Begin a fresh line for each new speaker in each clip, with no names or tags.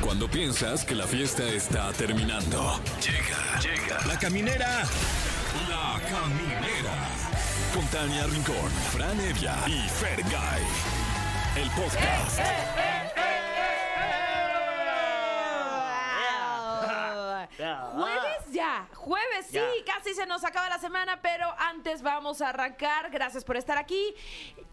Cuando piensas que la fiesta está terminando. Llega, llega. La caminera. La caminera. Con Tania Rincón, Fran Evia y Fer El podcast.
Jueves ya, jueves sí, casi se nos acaba la semana, pero antes vamos a arrancar. Gracias por estar aquí.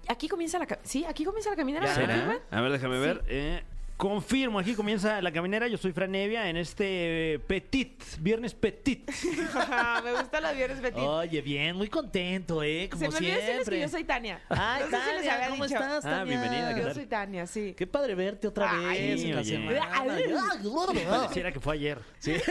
Aquí comienza la ca- sí, aquí comienza la caminera. ¿me
¿Será?
confirman?
A ver, déjame ver. Eh, confirmo, aquí comienza la caminera. Yo soy Franevia en este eh, Petit, viernes Petit.
Ajá, Me gustan los viernes Petit.
Oye, bien, muy contento, ¿eh? Oh,
se
Como
me olvidó decirles que
siempre.
yo soy Tania.
Ay,
No sé si les
Tania,
había
¿cómo
dicho.
estás,
Ah,
Tania?
bienvenida, ¿qué
Yo
tal?
soy Tania, sí. Ah,
Qué padre verte otra
Ay,
vez en la
oye.
semana.
Ay.
Pareciera que fue ayer.
Es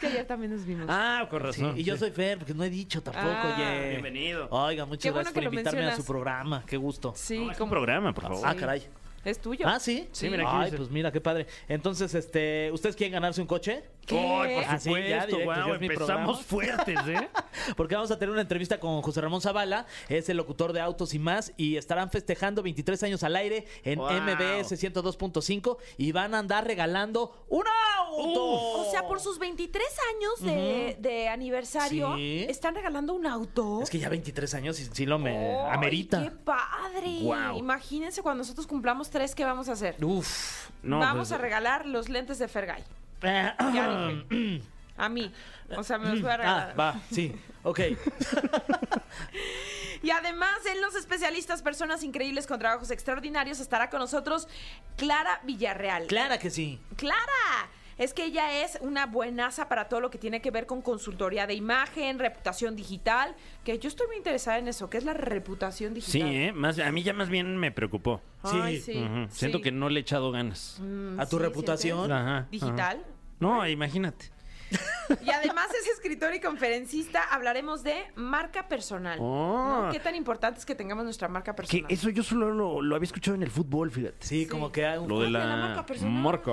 que ayer también nos vimos.
Ah, con
Sí,
razón.
y yo soy Fer, porque no he dicho tampoco,
Ah.
oye.
Bienvenido.
Oiga, muchas
Qué bueno
gracias
que lo
por invitarme a
mencionas.
su programa. Qué gusto.
sí,
No, es un
como-
programa, por favor.
Ah,
Sí.
caray.
es tuyo.
Ah, sí.
Sí, mira, aquí
Ay,
dice.
pues mira, qué padre. Entonces, este, ¿ustedes quieren ganarse un coche?
¿Qué?
Ay, por
Ah, sí, ya
supuesto,
directo,
guau,
ya es mi
empezamos fuertes, ¿eh?
Porque vamos a tener una entrevista con José Ramón Zavala, es el locutor de Autos y más, y estarán festejando 23 años al aire en
Wow.
MBS 102.5 y van a andar regalando un auto.
O sea, por sus 23 años de, de aniversario,
Sí.
están regalando un auto.
Es que ya 23 años y sí lo me
¡Ay, ¡Qué
amerita.
padre!
Guau.
Imagínense cuando nosotros cumplamos tres, ¿qué vamos a hacer?
Uf.
No,
vamos
pues,
a regalar los lentes de Fergay.
Ya
Ya dije. A mí. O sea, me los voy a
Ah,
regalar.
va, sí. Ok.
y además, en los especialistas, personas increíbles con trabajos extraordinarios, estará con nosotros Clara Villarreal.
Clara que sí.
¡Clara! Es que ella es una buenaza para todo lo que tiene que ver con consultoría de imagen, reputación digital, que yo estoy muy interesada en eso, que es la reputación
Sí,
digital.
¿eh? Más, a mí ya más bien me preocupó.
Ay,
Sí.
Ujú.
sí.
Siento que no le he echado ganas.
Mm,
A tu
sí,
reputación.
sientes.
Ajá,
Digital.
No, imagínate.
Y además es escritor y conferencista. Hablaremos de marca personal.
Oh.
¿no? ¿Qué tan importante es que tengamos nuestra marca
Que
personal?
eso yo solo lo, lo había escuchado en el fútbol, fíjate.
Sí, como que hay un-
Lo de
¿Cuál de
la,
la marca personal?
marca,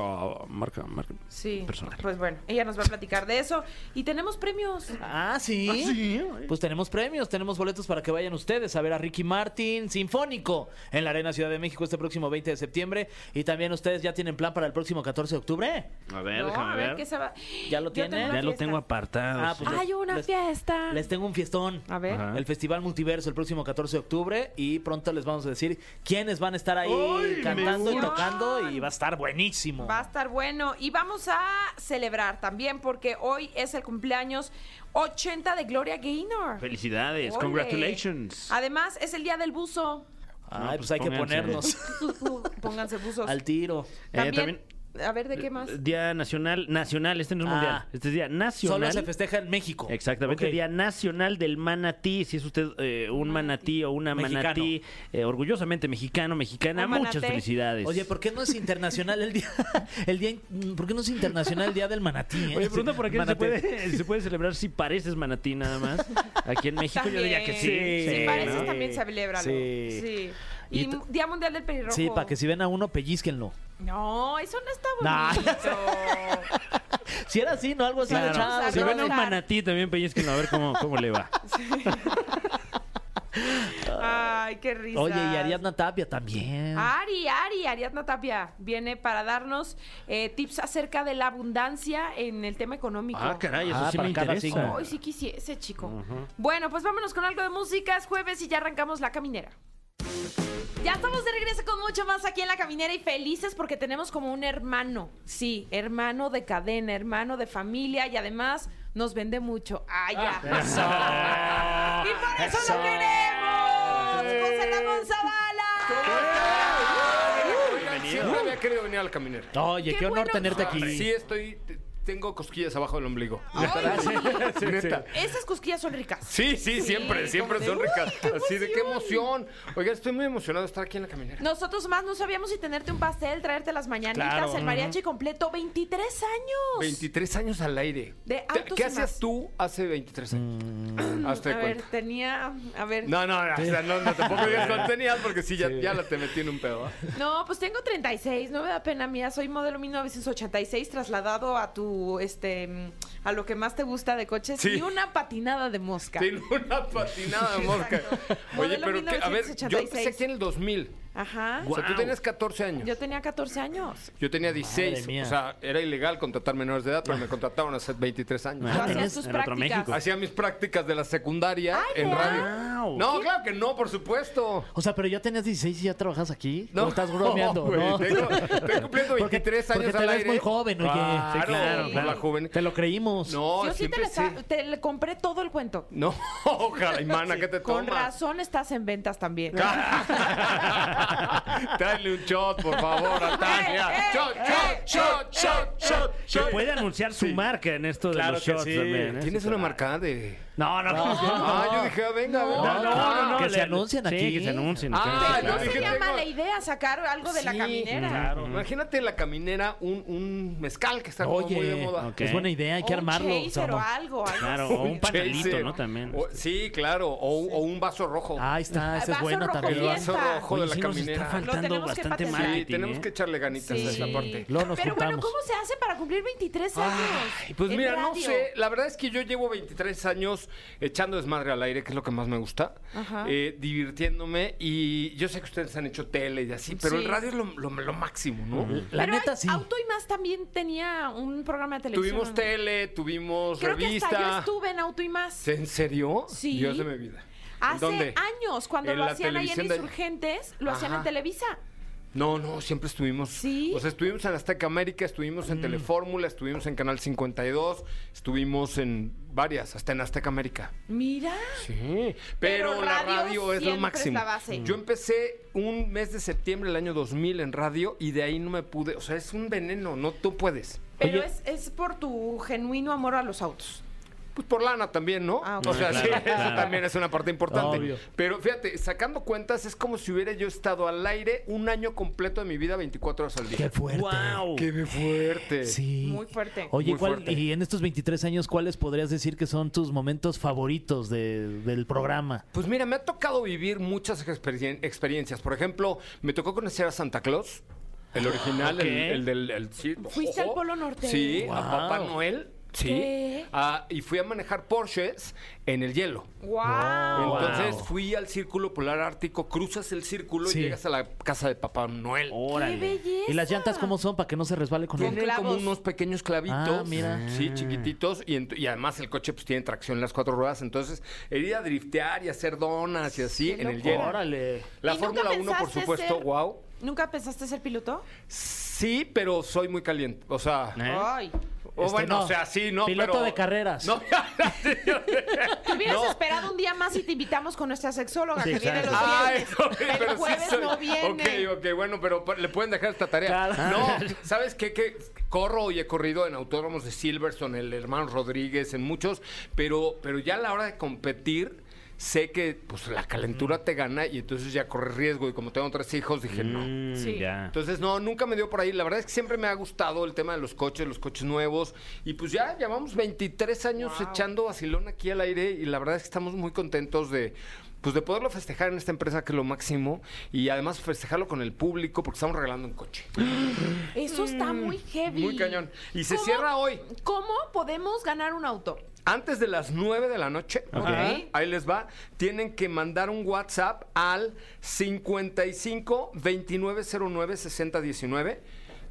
marca, marca
Sí.
personal.
Pues bueno, ella nos va a platicar de eso. Y tenemos premios.
Ah, sí. Pues tenemos premios, tenemos boletos para que vayan ustedes a ver a Ricky Martin Sinfónico en la Arena Ciudad de México este próximo 20 de septiembre. Y también ustedes ya tienen plan para el próximo 14 de octubre.
A ver,
No,
déjame
a
ver.
ver qué se va.
¿Ya lo
Yo tengo
tiene?
una
Ya lo
fiesta.
tengo apartado.
Ah, pues
sí.
ya-
¡Hay una
Les-
fiesta!
Les tengo un fiestón.
A ver.
Ajá.
El Festival Multiverso el próximo 14 de octubre y pronto les vamos a decir quiénes van a estar ahí
¡Ay, me
cantando y
gusta!
tocando y va a estar buenísimo.
Va a estar bueno. Y vamos a celebrar también porque hoy es el cumpleaños 80 de Gloria Gaynor.
Felicidades,
Ole.
congratulations.
Además, es el día del buzo.
Ay,
No,
pues
pues
hay que
pónganse.
ponernos
Pónganse buzos.
al tiro.
Eh,
También, a ver, ¿de qué más?
Día nacional, nacional, este no es
Ah.
mundial, este es día
Solo
nacional.
se festeja en México.
Exactamente,
Ok.
Día Nacional del Manatí. Si es usted eh, un manatí o una
Mexicano.
manatí, eh, orgullosamente mexicano, mexicana,
Un
muchas
manaté.
felicidades.
Oye, ¿por qué no es internacional el día, el día, in- ¿por qué no es internacional el día del manatí? eh?
Oye, pregunta por aquí, ¿se
Manatí.
puede, se puede celebrar si pareces manatí nada más? Aquí en México yo diría que sí.
También. Si
¿no?
pareces, también celébralo.
Sí.
Sí.
Y
Y,
t-
mu- Día Mundial del Pelirrojo.
Sí, para que si ven a uno, pellizquenlo.
No, eso no está
Nah.
bonito.
Si era así, ¿no? Algo así.
Claro.
de chavos,
Si
Vamos a
ven a un
aprovechar.
manatí también pellizquenlo a ver cómo, cómo le va.
Ay, qué risa.
Oye, y Ariadna Tapia también.
Ari, Ari, Ariadna Tapia viene para darnos eh, tips acerca de la abundancia en el tema económico.
Ah, caray, eso
Ah,
sí
para
me
cada
interesa.
signo.
Ay, sí quisiese, chico. Bueno, pues vámonos con algo de música. Es jueves y ya arrancamos la caminera. Ya estamos de regreso con mucho más aquí en La Caminera y felices porque tenemos como un hermano. Sí, hermano de cadena, hermano de familia y además nos vende mucho. ¡Ay, ya!
Ah, Eso.
¡Y por eso,
Eso.
lo queremos! ¡José Ramón Zavala!
Siempre había querido venir al caminero.
Oye,
Qué
qué, honor
bueno.
tenerte aquí.
Sí, estoy. te- Tengo cosquillas abajo del ombligo.
Ay,
Neta.
Esas cosquillas son ricas.
Sí,
Sí,
sí, siempre, siempre
como de,
son
"Uy,
ricas.
qué
Así de qué emoción. Oiga, estoy muy emocionado de estar aquí en la caminera.
Nosotros más no sabíamos si tenerte un pastel, traerte las mañanitas,
Claro.
el mariachi completo. ¡23 años!
23 años al aire.
De
¿Qué-
autos y
¿Qué
más. Mm.
hacías tú hace 23 años? Hazte
a ver,
cuenta.
tenía. A ver. No.
No, no, no, o sea, no, no, tampoco digas cuánto tenías porque sí, ya, ya la te metí en un pedo. ¿ah?
pues tengo 36, no me da pena mía. Soy modelo 1986 trasladado a tu. este mm, A lo que más te gusta de coches.
Sí.
Y una patinada de mosca.
Tiene una patinada de mosca.
Exacto.
Oye,
Modelo
pero que, a ver, yo
1986.
empecé aquí en el 2000.
Ajá.
O sea, tú
Guau.
tenías 14 años.
Yo tenía 14 años.
Yo tenía 16,
Madre mía.
o sea, era ilegal contratar menores de edad, pero me contrataron hace 23 años.
Tú
Ah,
hacías
tenías-
tus
en otro
prácticas.
México.
Hacía mis prácticas de la secundaria
Ay,
en
¿verdad?
radio.
Wow.
No, claro que no, por supuesto.
O sea, pero ya tenías 16 y ya trabajas aquí. No,
No.
estás bromeando,
güey,
¿no?
tengo- estoy cumpliendo
Porque-
23 años
porque te
al
ves
aire. Ah,
muy joven, oye.
Claro,
Sí,
claro,
por
claro.
la joven.
Te lo creímos.
No,
Yo sí te,
siempre
les-
sí.
te le compré todo el cuento.
No, ojalá, hermana, ¿qué te
Con
tomas? Ah,
razón estás en ventas también.
Dale un shot, por favor, a Tania.
Eh, eh,
Shot,
eh,
shot, shot, shot, shot,
Se
shot.
puede anunciar su marca en esto de
Claro
los
que
shots
sí.
también. ¿eh?
Tienes una marcada de...
No, no, no.
Ah, yo dije, ah, venga, venga.
No, no, no.
Que
le-
se anuncien
sí,
aquí.
que se anuncien.
Ah,
claro.
Ay,
no
yo dije,
sería
tengo-
mala idea sacar algo de la
Ah, Sí,
caminera.
claro. Imagínate en la caminera un, un mezcal que está como muy de
Oye,
moda.
ok.
es buena idea, hay que
O un
armarlo.
chaser o
Samuel.
algo. algo
Claro,
así.
o un panalito,
Chaser.
¿no? También.
O- sí, claro. O, o un vaso rojo.
Ah, Ahí está, esa es
Vaso
buena
rojo
el
también.
bien.
vaso
fiesta.
rojo de
Oye,
la
sí nos
caminera.
está
Lo
faltando
tenemos que
bastante
patentar.
Sí,
marketing.
tenemos
¿eh?
que echarle ganitas a
Sí.
esa parte.
Luego nos
Pero bueno,
juntamos.
¿cómo se hace para cumplir 23 años?
Ay, pues
en
mira, no
radio?
sé. La verdad es que yo llevo 23 años echando desmadre al aire, que es lo que más me gusta,
Ajá.
eh, divirtiéndome. Y yo sé que ustedes han hecho tele y así, pero
Sí.
el radio es lo, lo- lo máximo, ¿no?
La
Pero
neta
ay,
sí.
Auto y más también tenía un programa de televisión.
Tuvimos tele, tuvimos
Creo que
revista.
hasta yo estuve en Auto y más.
¿En serio?
Sí.
Dios de mi vida. ¿En
Hace
dónde?
años, cuando
En
lo
la
hacían ahí en
televisión de-
Insurgentes, lo hacían en
Ajá.
Televisa.
No, no, siempre estuvimos.
¿Sí? Mm.
O sea, estuvimos en Azteca América, estuvimos en Telefórmula, estuvimos en Canal 52, estuvimos en varias, hasta en Azteca América.
Mira.
Sí.
Pero
Pero, la
radio
radio es
siempre
lo
es
máximo.
la base.
Yo empecé un mes de septiembre del año 2000 en radio y de ahí no me pude. O sea, es un veneno, no tú puedes.
Pero
Oye.
es, es por tu genuino amor a los autos.
Pues por lana también, ¿no?
Ah,
O
bueno.
sea,
Claro,
sí,
claro.
eso también es una parte importante.
Obvio.
Pero fíjate, sacando cuentas, es como si hubiera yo estado al aire un año completo de mi vida, 24 horas al día.
Qué fuerte.
¡Guau!
¡Qué fuerte!
Sí.
Muy fuerte.
Oye,
Muy
¿cuál-
fuerte.
y en estos 23 años, ¿cuáles podrías decir que son tus momentos favoritos de- del programa?
Pues mira, me ha tocado vivir muchas experien- experiencias. Por ejemplo, me tocó conocer a Santa Claus, el original,
Ok.
el, el del... el- sí,
¿Fuiste
ojo.
al Polo Norte?
Sí,
Wow.
a Papá Noel. Sí.
¿Qué?
Ah, y fui a manejar Porsches en el hielo.
¡Wow!
Entonces
Wow.
fui al Círculo Polar Ártico, cruzas el círculo
Sí. Oh.
y llegas a la casa de Papá Noel.
¡Qué
Órale.
belleza!
¿Y las llantas cómo son para que no se resbale con
Tienen
el...
como
clavos.
unos pequeños clavitos.
Ah, mira.
Sí, chiquititos. Y, ent- y además el coche pues tiene tracción en las cuatro ruedas. Entonces, he ido a driftear y hacer donas y así
Qué
en el
loco.
hielo.
Órale.
La
¿Y nunca
Fórmula 1, por
pensaste
supuesto,
ser-
wow.
¿Nunca pensaste ser piloto?
Sí, pero soy muy caliente. O sea.
¿Eh?
¡Ay!
o
Este,
bueno,
no.
o sea, sí, no.
Piloto
pero-
de carreras.
No,
Te hubieras
No.
esperado un día más y te invitamos con nuestra sexóloga
Sí,
que viene los
Ay,
viernes.
ok,
el
pero sí
jueves
soy-
no viene.
Ok, ok, bueno, pero pa- le pueden dejar esta tarea.
Claro.
No, ¿sabes qué? Que corro y he corrido en autódromos de Silverson, el hermano Rodríguez, en muchos, pero, pero ya a la hora de competir, sé que pues la calentura te gana y entonces ya corre riesgo. Y como tengo tres hijos, dije no.
Mm,
Sí.
ya.
Entonces, no, nunca me dio por ahí. La verdad es que siempre me ha gustado el tema de los coches, los coches nuevos. Y pues ya llevamos 23 años echando vacilón aquí al aire y la verdad es que estamos muy contentos de... Pues de poderlo festejar en esta empresa que es lo máximo y además festejarlo con el público porque estamos regalando un coche.
Eso está muy heavy.
Mm, Muy cañón. Y se
¿Cómo-
cierra hoy.
¿Cómo podemos ganar un auto?
Antes de las 9 de la noche,
Ok.
ahí les va, tienen que mandar un WhatsApp al 55 2909 6019.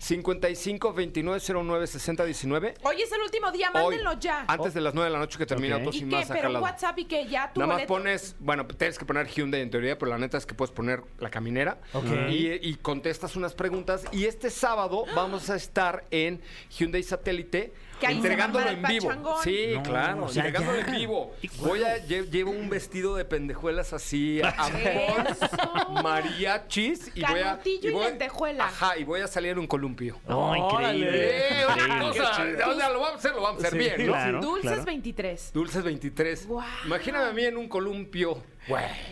55 2909 6019.
Hoy es el último día,
Hoy,
mándenlo ya.
Antes de las 9 de la noche que termina
Ok.
Autos y
¿Y qué?
Más
Pero
acá al
un
lado.
WhatsApp y que ya tu
Nada más
boleto-
pones, bueno, tienes que poner Hyundai en teoría, pero la neta es que puedes poner la caminera
Ok.
y, y contestas unas preguntas. Y este sábado vamos a estar en Hyundai Satélite
Que ahí se
entregándolo
va a armar
en
el
vivo.
pachangón.
Sí,
No,
claro,
o sea,
entregándolo
ya.
en vivo. Voy a lle- llevo un vestido de pendejuelas así, amor,
Eso.
mariachis y voy a
Canutillo y
voy-
lentejuela.
Ajá, y voy a salir en un columpio.
No, increíble.
Eh, una
Increíble.
cosa, o sea, lo vamos a hacer, lo vamos a hacer
Sí,
bien, ¿no?
claro,
Dulces
claro.
23.
Dulces 23.
Guau.
Imagíname a mí en un columpio.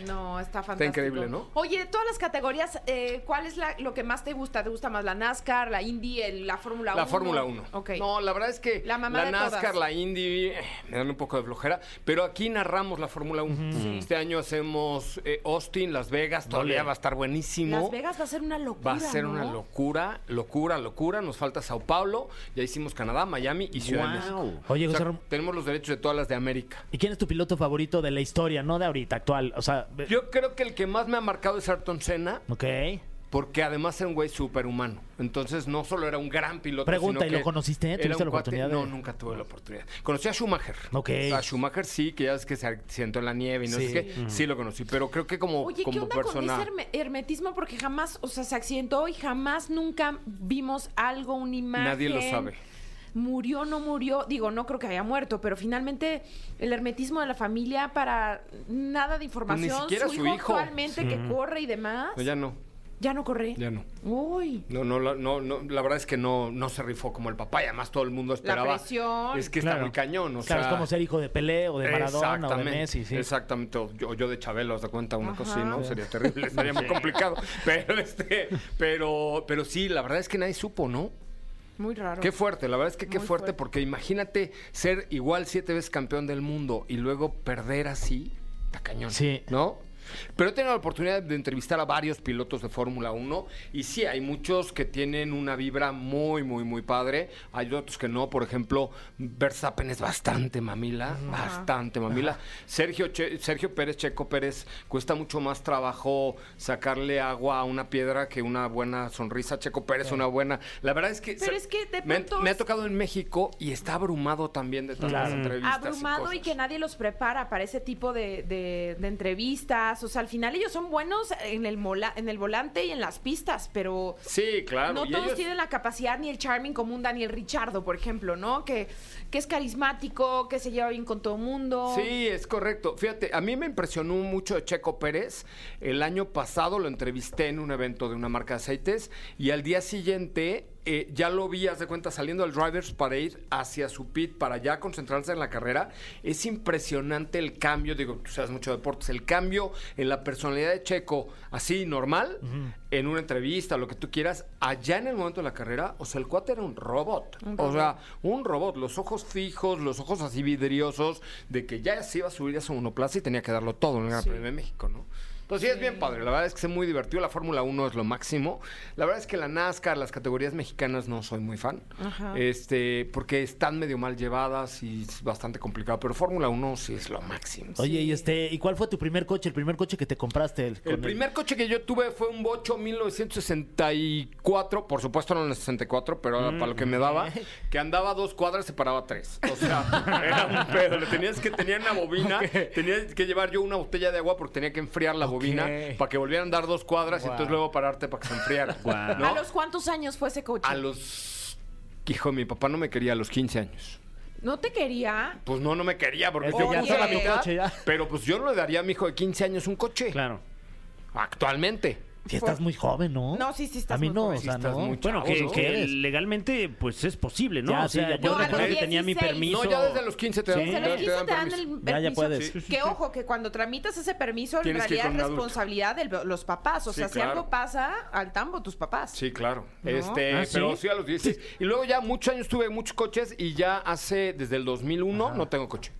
No, está fantástico.
increíble, ¿no?
Oye, de todas las categorías, eh, ¿cuál es la- lo que más te gusta? ¿Te gusta más la NASCAR, la Indy, el- la Fórmula 1?
La Fórmula 1.
Ok.
No, la verdad es que
La
la,
mamá de
NASCAR,
todas.
la Indy, eh, me dan un poco de flojera, pero aquí narramos la Fórmula 1. Este año hacemos eh, Austin, Las Vegas, todavía va a estar buenísimo.
Las Vegas va a ser una locura.
Va a ser una
¿no?
locura, locura, locura. Nos falta Sao Paulo, ya hicimos Canadá, Miami y Ciudad de
Guau.
México.
Oye,
O sea,
José Ramón,
tenemos los derechos de todas las de América.
¿y quién es tu piloto favorito de la historia? No de ahorita, actual, al- o sea, ve-
Yo creo que el que más me ha marcado es Ayrton Senna,
ok.
porque además era un güey superhumano. Entonces no solo era un gran piloto.
Pregunta,
sino
¿y lo
que
conociste?
era
¿Tuviste
un
la
cuate-
oportunidad de-
No, nunca tuve la oportunidad. Conocí a Schumacher.
Ok.
A Schumacher sí, que ya es que se sentó en la nieve y no
Sí.
sé qué. Sí lo conocí, pero creo que como,
Oye, ¿qué
como
onda
persona.
con ese herme- hermetismo? Porque jamás, o sea, se accidentó y jamás nunca vimos algo, una imagen.
Nadie lo sabe.
Murió, no murió. Digo, no creo que haya muerto, pero finalmente el hermetismo de la familia para nada de información.
Pues siquiera su hijo.
actualmente que corre y demás.
No, ya no,
Ya no corre.
ya no.
Uy.
No, no, la- no, no, la verdad es que no, no se rifó como el papá y además todo el mundo esperaba.
presión.
Es que está
Claro.
muy cañón, o
Claro,
sea.
es como ser hijo de Pelé o de Maradona o de
exactamente,
Messi, sí.
Exactamente. O Yo, yo de Chabelo, haz de cuenta, una
Ajá.
cosa así, ¿no? Sería terrible, sería muy complicado. Pero, este, pero, pero sí, la verdad es que nadie supo, ¿no?
Muy raro.
Qué fuerte, la verdad es que qué
Muy
fuerte,
fuerte.
porque imagínate ser igual siete veces campeón del mundo y luego perder así, está cañón.
Sí.
¿No? Pero he tenido la oportunidad de entrevistar a varios pilotos de Fórmula 1 y sí, hay muchos que tienen una vibra muy, muy, muy padre. Hay otros que no. Por ejemplo, Verstappen es bastante mamila, bastante mamila. Sergio, Che- Sergio Pérez, Checo Pérez, cuesta mucho más trabajo sacarle agua a una piedra que una buena sonrisa. Checo Pérez, una buena... La verdad es que...
Pero es que de
me han-
pronto-
me ha tocado en México y está abrumado también de todas las entrevistas. y
abrumado y,
cosas.
que nadie los prepara para ese tipo de, de- de entrevistas. O sea, al final ellos son buenos en el, mola- en el volante y en las pistas, pero
Sí, claro.
no
y
todos
ellos-
tienen la capacidad ni el charming como un Daniel Richardo, por ejemplo, ¿no? Que, que es carismático, que se lleva bien con todo el mundo.
Sí, es correcto. Fíjate, a mí me impresionó mucho Checo Pérez. El año pasado lo entrevisté en un evento de una marca de aceites y al día siguiente eh, ya lo vi, haz de cuenta, saliendo al Drivers para ir hacia su pit, para ya concentrarse en la carrera. Es impresionante el cambio, digo, tú sabes mucho de deportes, el cambio en la personalidad de Checo, así normal, en una entrevista, lo que tú quieras, allá en el momento de la carrera, o sea, el cuate era un robot. O sea, un robot, los ojos fijos, los ojos así vidriosos, de que ya se iba a subir a su monoplaza y tenía que darlo todo en el Gran Premio de México, ¿no? Entonces sí, es bien padre, la verdad es que es muy divertido, la Fórmula 1 es lo máximo. La verdad es que la NASCAR, las categorías mexicanas no soy muy fan,
Ajá.
este porque están medio mal llevadas y es bastante complicado, pero Fórmula 1 sí es lo máximo.
Oye, y este, ¿y cuál fue tu primer coche? El primer coche que te compraste. El, con
El primer coche que yo tuve fue un Bocho 1964, por supuesto no en el 64, pero
Mm,
era para lo que me daba, que andaba dos cuadras y se paraba tres. O sea, era un pedo. Le tenías que tenía una bobina, tenías que llevar yo una botella de agua porque tenía que enfriar la bobina para que volvieran a andar dos cuadras y entonces luego pararte para que se enfriara. ¿no?
¿A los cuántos años fue ese coche?
A los- Hijo, mi papá no me quería a los 15 años.
¿No te quería?
Pues no, no me quería porque
Es
yo
que ya
puse la
estaba tu
mitad.
coche, ya.
Pero pues yo no le daría a mi hijo de 15 años un coche.
Claro.
Actualmente.
Si estás muy joven, ¿no?
No, sí, sí estás
A mí
muy
no,
joven.
o sea,
Sí estás
no.
muy
Bueno, que,
Chavos,
que
¿no?
legalmente, pues es posible, ¿no?
Ya,
o sea,
sí, ya
yo
puedes.
recuerdo
No, a
que
los
tenía mi
16.
permiso.
No, ya desde los 15 te, dan-
Desde
te
los 15
dan
te dan
permiso.
el
Ya, ya
permiso.
puedes.
Sí,
Que ojo, que cuando tramitas ese permiso, en
Tienes que ir
realidad
con
es
un adulto.
responsabilidad de lo- los papás. O
Sí,
sea, si
claro.
algo pasa, al tambo tus papás.
Sí, claro.
¿No?
Este,
Ah, ¿sí?
pero sí a los 16. Y luego ya muchos años tuve muchos coches y ya hace desde el 2001 no tengo coche.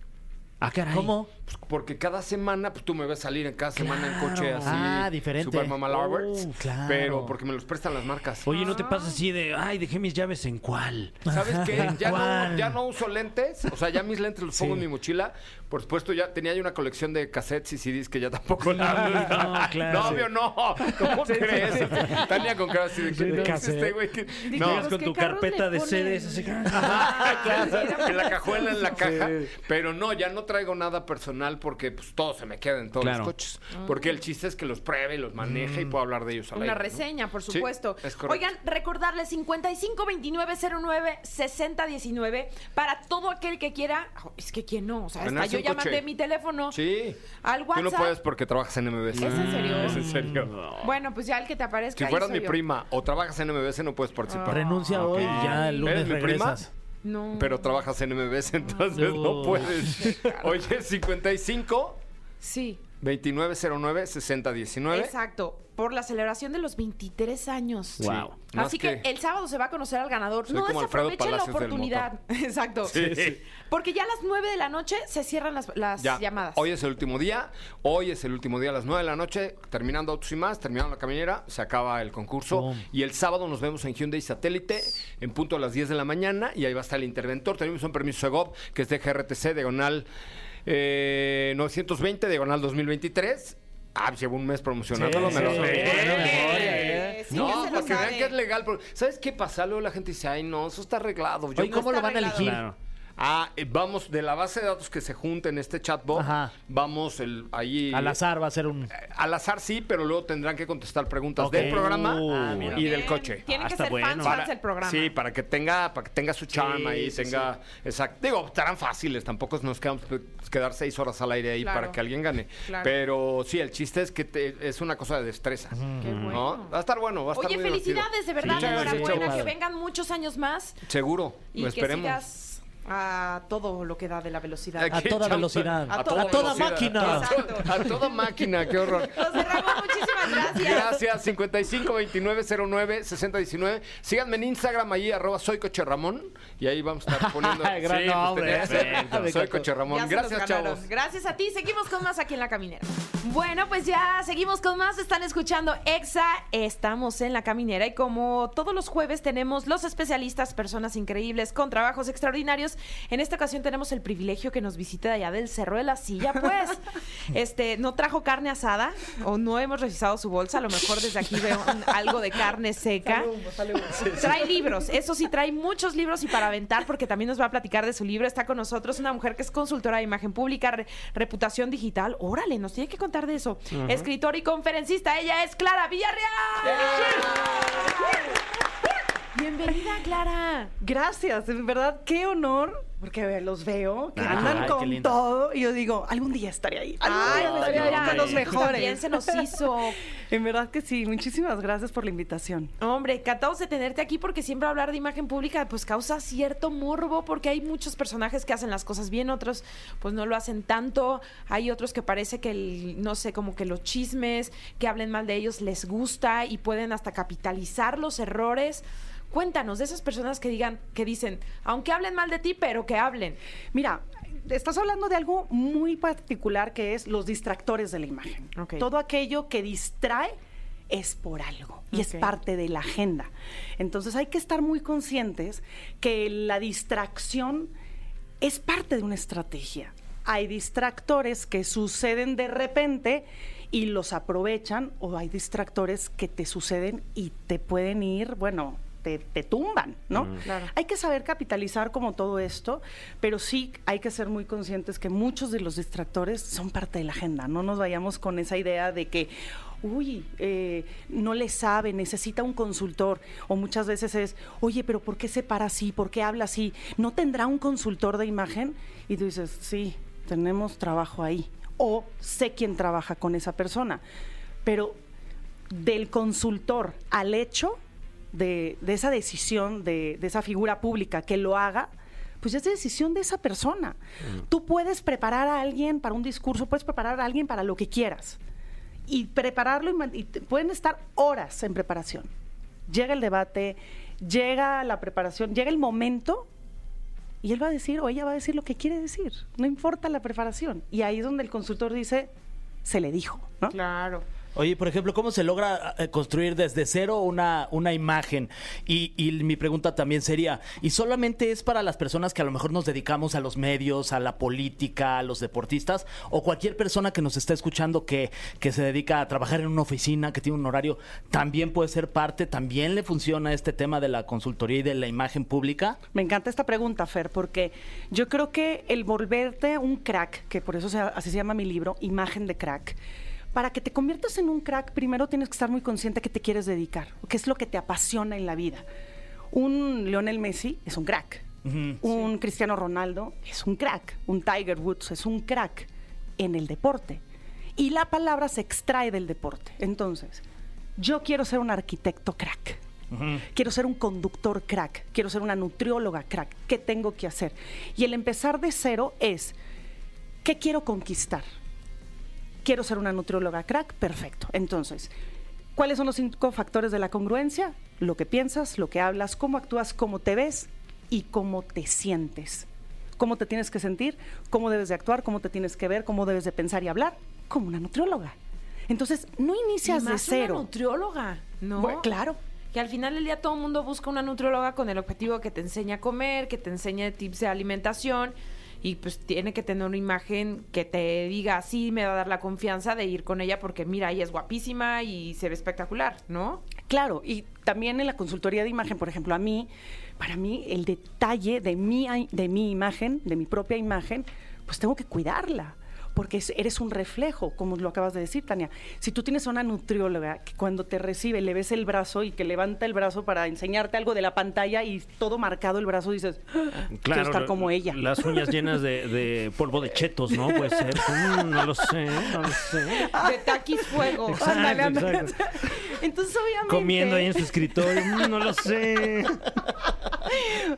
Ah, caray.
¿Cómo?
Pues porque cada semana, pues tú me ves salir en cada semana en coche así.
Ah, diferente.
Super Mama Lovers.
Oh, claro.
Pero porque me los prestan las marcas.
Oye, ¿no te pasa así de, ay, dejé mis llaves en cuál?
¿Sabes qué? Ya no,
¿Cuál?
ya no uso lentes. O sea, ya mis lentes los pongo
Sí.
en mi mochila. Por supuesto, ya tenía yo una colección de cassettes y CDs que ya tampoco la
no, claro.
No, obvio, no. ¿Cómo crees? Tania con cara así de
Sí,
que
de
este
cassette.
güey. que-".
Digo,
No,
Llegas
pues,
con
¿qué
tu
carros le
carpeta de
ponen?
CDs, así "Ah, que-
"Ah,
Ajá, claro,
Sí,
en la cajuela, en la caja. Pero no, ya no traigo nada personal porque pues todo se me queda en todos
Claro. Mm.
los coches. Porque el chiste es que los pruebe, los maneje y puedo hablar de ellos al
Una
aire, ¿no?
reseña, por
Sí,
supuesto.
es correcto.
Oigan, recordarles 5529096019 para todo aquel que quiera. Oh, Es que quién no, o sea, hasta
Ganarse
yo
un
ya
coche.
mandé mi teléfono
Sí.
al WhatsApp.
Tú no puedes porque trabajas en MBS.
¿Es en serio?
Es en serio.
Bueno, pues ya el que te aparezca.
Mm. Si
ahí
fueras
soy
mi
yo.
prima o trabajas en MBS no puedes participar.
Renuncia hoy y ya el lunes
¿Eres mi prima?
regresas.
No.
Pero trabajas en MBS, entonces no,
No.
puedes. Oye, 55
Sí,
2909 6019.
exacto. Por la celebración de los 23 años.
Wow.
Más
Así que,
que-
el sábado se va a conocer al ganador.
Soy
no
como Alfredo
desaprovechen la
Palacios del
oportunidad. Exacto.
Sí, sí.
Porque ya a las 9 de la noche se cierran las, las
Ya.
llamadas.
Hoy es el último día. Hoy es el último día a las 9 de la noche. Terminando Autos y más, terminando la caminera, se acaba el concurso.
Boom.
Y el sábado nos vemos en Hyundai Satélite en punto a las 10 de la mañana. Y ahí va a estar el interventor. Tenemos un permiso Segov que es de GRTC, diagonal eh, 920, diagonal 2023. Ah, llevo un mes promocionándolo.
Sí,
me lo-
sí,
¡Eh!
Eh, sí, ya
no,
se lo
para que vean
sabe.
que es legal. porque- ¿Sabes qué pasa? Luego la gente dice, ay, no, eso está arreglado. Yo
Oye,
no
¿cómo
está
lo van a
arreglado.
elegir?
Claro.
Ah, eh, vamos, de la base de datos que se junta en este chatbot,
Ajá.
vamos el, ahí... eh,
Al azar va a ser un.
Al azar sí, pero luego tendrán que contestar preguntas
Ok.
del programa
Uh, Ah,
y
Bien,
del coche.
Tienen
Ah,
que
está
ser
bueno.
fans,
Para-
fans del programa.
Sí, para que tenga, para que tenga su charma y
sí,
tenga. Exacto. Digo, estarán fáciles, tampoco nos quedamos quedar seis horas al aire ahí
Claro.
para que alguien gane.
Claro.
Pero sí, el chiste es que te- es una cosa de destreza.
Qué
¿no?
bueno.
Va a estar bueno, va a estar
Oye,
muy divertido.
felicidades, de verdad,
Sí, muchas gracias,
enhorabuena, que
chavos.
vengan muchos años más
Seguro,
y
lo
que
esperemos.
sigas a todo lo que da de la velocidad.
Aquí,
A toda
chavos,
velocidad.
A toda
velocidad,
máquina.
A toda, a toda máquina, qué horror.
José Ramón, muchísimas gracias.
Gracias, 55 29 09 60 19. Síganme en Instagram ahí, arroba soy Coche Ramón. Y ahí vamos a estar poniendo.
Gran nombre. ¿eh?
tenía que ser.
Perfecto.
soy Coche
Ya
Ramón.
se los
Gracias,
ganaron.
chavos.
Gracias a ti. Seguimos con más aquí en La Caminera. Bueno, pues ya seguimos con más. Están escuchando EXA. Estamos en La Caminera y como todos los jueves tenemos los especialistas, personas increíbles con trabajos extraordinarios. En esta ocasión tenemos el privilegio que nos visita de allá del Cerro de la Silla, pues. Este, no trajo carne asada o no hemos revisado su bolsa. A lo mejor desde aquí veo un- algo de carne seca. Trae libros, eso sí, trae muchos libros y para aventar, porque también nos va a platicar de su libro. Está con nosotros una mujer que es consultora de imagen pública, re- reputación digital. Órale, nos tiene que contar de eso. Escritora y conferencista, ella es Clara Villarreal. Bienvenida, Clara.
Gracias, en verdad, qué honor, porque los veo, que
Ay,
andan
qué
con
linda.
todo, y yo digo, algún día estaré ahí, algún
Ay,
día estaré ahí
Clara,
con los
tú También
mejores.
se nos hizo.
En verdad que sí, muchísimas gracias por la invitación.
Hombre, encantados de tenerte aquí porque siempre hablar de imagen pública pues causa cierto morbo porque hay muchos personajes que hacen las cosas bien, otros pues no lo hacen tanto, hay otros que parece que, el- no sé, como que los chismes, que hablen mal de ellos les gusta y pueden hasta capitalizar los errores. Cuéntanos de esas personas que digan, que dicen, aunque hablen mal de ti, pero que hablen.
Mira, estás hablando de algo muy particular que es los distractores de la imagen.
Ok.
Todo aquello que distrae es por algo y es
Ok.
parte de la agenda. Entonces hay que estar muy conscientes que la distracción es parte de una estrategia. Hay distractores que suceden de repente y los aprovechan o hay distractores que te suceden y te pueden ir, bueno, te, te tumban, ¿no?
Claro.
Hay que saber capitalizar como todo esto, pero sí hay que ser muy conscientes que muchos de los distractores son parte de la agenda. No nos vayamos con esa idea de que, uy, eh, no le sabe, necesita un consultor. O muchas veces es, oye, pero ¿por qué se para así? ¿Por qué habla así? ¿No tendrá un consultor de imagen? Y tú dices, sí, tenemos trabajo ahí. O sé quién trabaja con esa persona. Pero del consultor al hecho de, de esa decisión, de, de esa figura pública que lo haga, pues ya es decisión de esa persona. Tú puedes preparar a alguien para un discurso, puedes preparar a alguien para lo que quieras. Y prepararlo, y, man- y te- pueden estar horas en preparación. Llega el debate, llega la preparación, llega el momento y él va a decir o ella va a decir lo que quiere decir. No importa la preparación. Y ahí es donde el consultor dice, se le dijo, ¿no?
Claro.
Oye, por ejemplo, ¿cómo se logra eh, construir desde cero una, una imagen? Y, y mi pregunta también sería, ¿y solamente es para las personas que a lo mejor nos dedicamos a los medios, a la política, a los deportistas, o cualquier persona que nos está escuchando que, que se dedica a trabajar en una oficina, que tiene un horario, también puede ser parte, también le funciona este tema de la consultoría y de la imagen pública?
Me encanta esta pregunta, Fer, porque yo creo que el volverte un crack, que por eso se- así se llama mi libro, Imagen de Crack, para que te conviertas en un crack, primero tienes que estar muy consciente a qué te quieres dedicar, qué es lo que te apasiona en la vida. Un Lionel Messi es un crack, un Cristiano Ronaldo es un crack, un Tiger Woods es un crack en el deporte. Y la palabra se extrae del deporte. Entonces, yo quiero ser un arquitecto crack. Quiero ser un conductor crack, quiero ser una nutrióloga crack. ¿Qué tengo que hacer? Y el empezar de cero es, ¿qué quiero conquistar? Quiero ser una nutrióloga crack, perfecto. Entonces, ¿cuáles son los cinco factores de la congruencia? Lo que piensas, lo que hablas, cómo actúas, cómo te ves y cómo te sientes. Cómo te tienes que sentir, cómo debes de actuar, cómo te tienes que ver, cómo debes de pensar y hablar, como una nutrióloga. Entonces, no inicias
Y
de
más
cero.
Una nutrióloga, ¿no?
Bueno, claro.
Que al final del día todo el mundo busca una nutrióloga con el objetivo que te enseñe a comer, que te enseñe tips de alimentación y pues tiene que tener una imagen que te diga, sí, me va a dar la confianza de ir con ella porque mira, ella es guapísima y se ve espectacular, ¿no?
Claro, y también en la consultoría de imagen, por ejemplo, a mí, para mí el detalle de mi, de mi imagen, de mi propia imagen, pues tengo que cuidarla. Porque es- eres un reflejo, como lo acabas de decir, Tania. Si tú tienes a una nutrióloga que cuando te recibe le ves el brazo y que levanta el brazo para enseñarte algo de la pantalla y todo marcado el brazo, dices, "Ah, quiero estar
la-
como ella.
Las uñas llenas de, de polvo de chetos, ¿no? Puede ser. Mm, no lo sé, no lo sé.
De taquis fuego.
Exacto,
Oh, Ándale, ándale.
exacto.
Entonces, obviamente.
Comiendo ahí en su escritorio. Mm, no lo sé.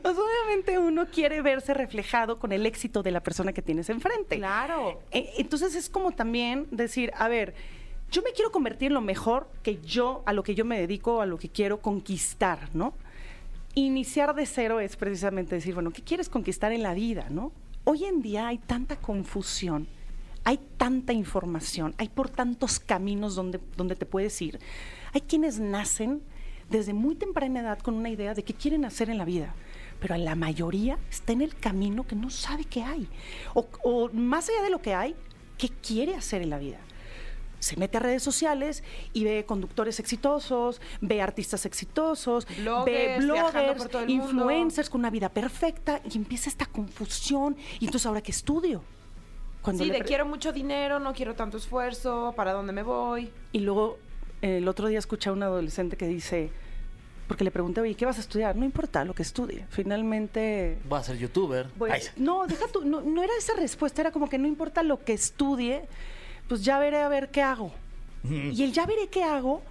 Pues obviamente uno quiere verse reflejado con el éxito de la persona que tienes enfrente.
Claro.
E- Entonces es como también decir, a ver, yo me quiero convertir en lo mejor que yo, a lo que yo me dedico, a lo que quiero conquistar, ¿no? Iniciar de cero es precisamente decir, bueno, ¿qué quieres conquistar en la vida, no? Hoy en día hay tanta confusión, hay tanta información, hay por tantos caminos donde, donde te puedes ir. Hay quienes nacen desde muy temprana edad con una idea de qué quieren hacer en la vida, pero la mayoría está en el camino que no sabe qué hay, o, o más allá de lo que hay, qué quiere hacer en la vida. Se mete a redes sociales y ve conductores exitosos, ve artistas exitosos, ve
Bloggers, viajando
bloggers,
por todo el mundo.
influencers con una vida perfecta y empieza esta confusión. Y entonces, ¿ahora qué estudio? Cuando
Sí,
le
de
pre-
quiero mucho dinero, no quiero tanto esfuerzo, ¿para dónde me voy?
Y luego eh, el otro día escuché a un adolescente que dice, porque le pregunté, oye, ¿qué vas a estudiar? No importa lo que estudie. Finalmente...
Va a ser youtuber.
Pues,
Ay,
no, deja tú, no, no era esa respuesta, era como que no importa lo que estudie, pues ya veré a ver qué hago. Y el ya veré qué hago,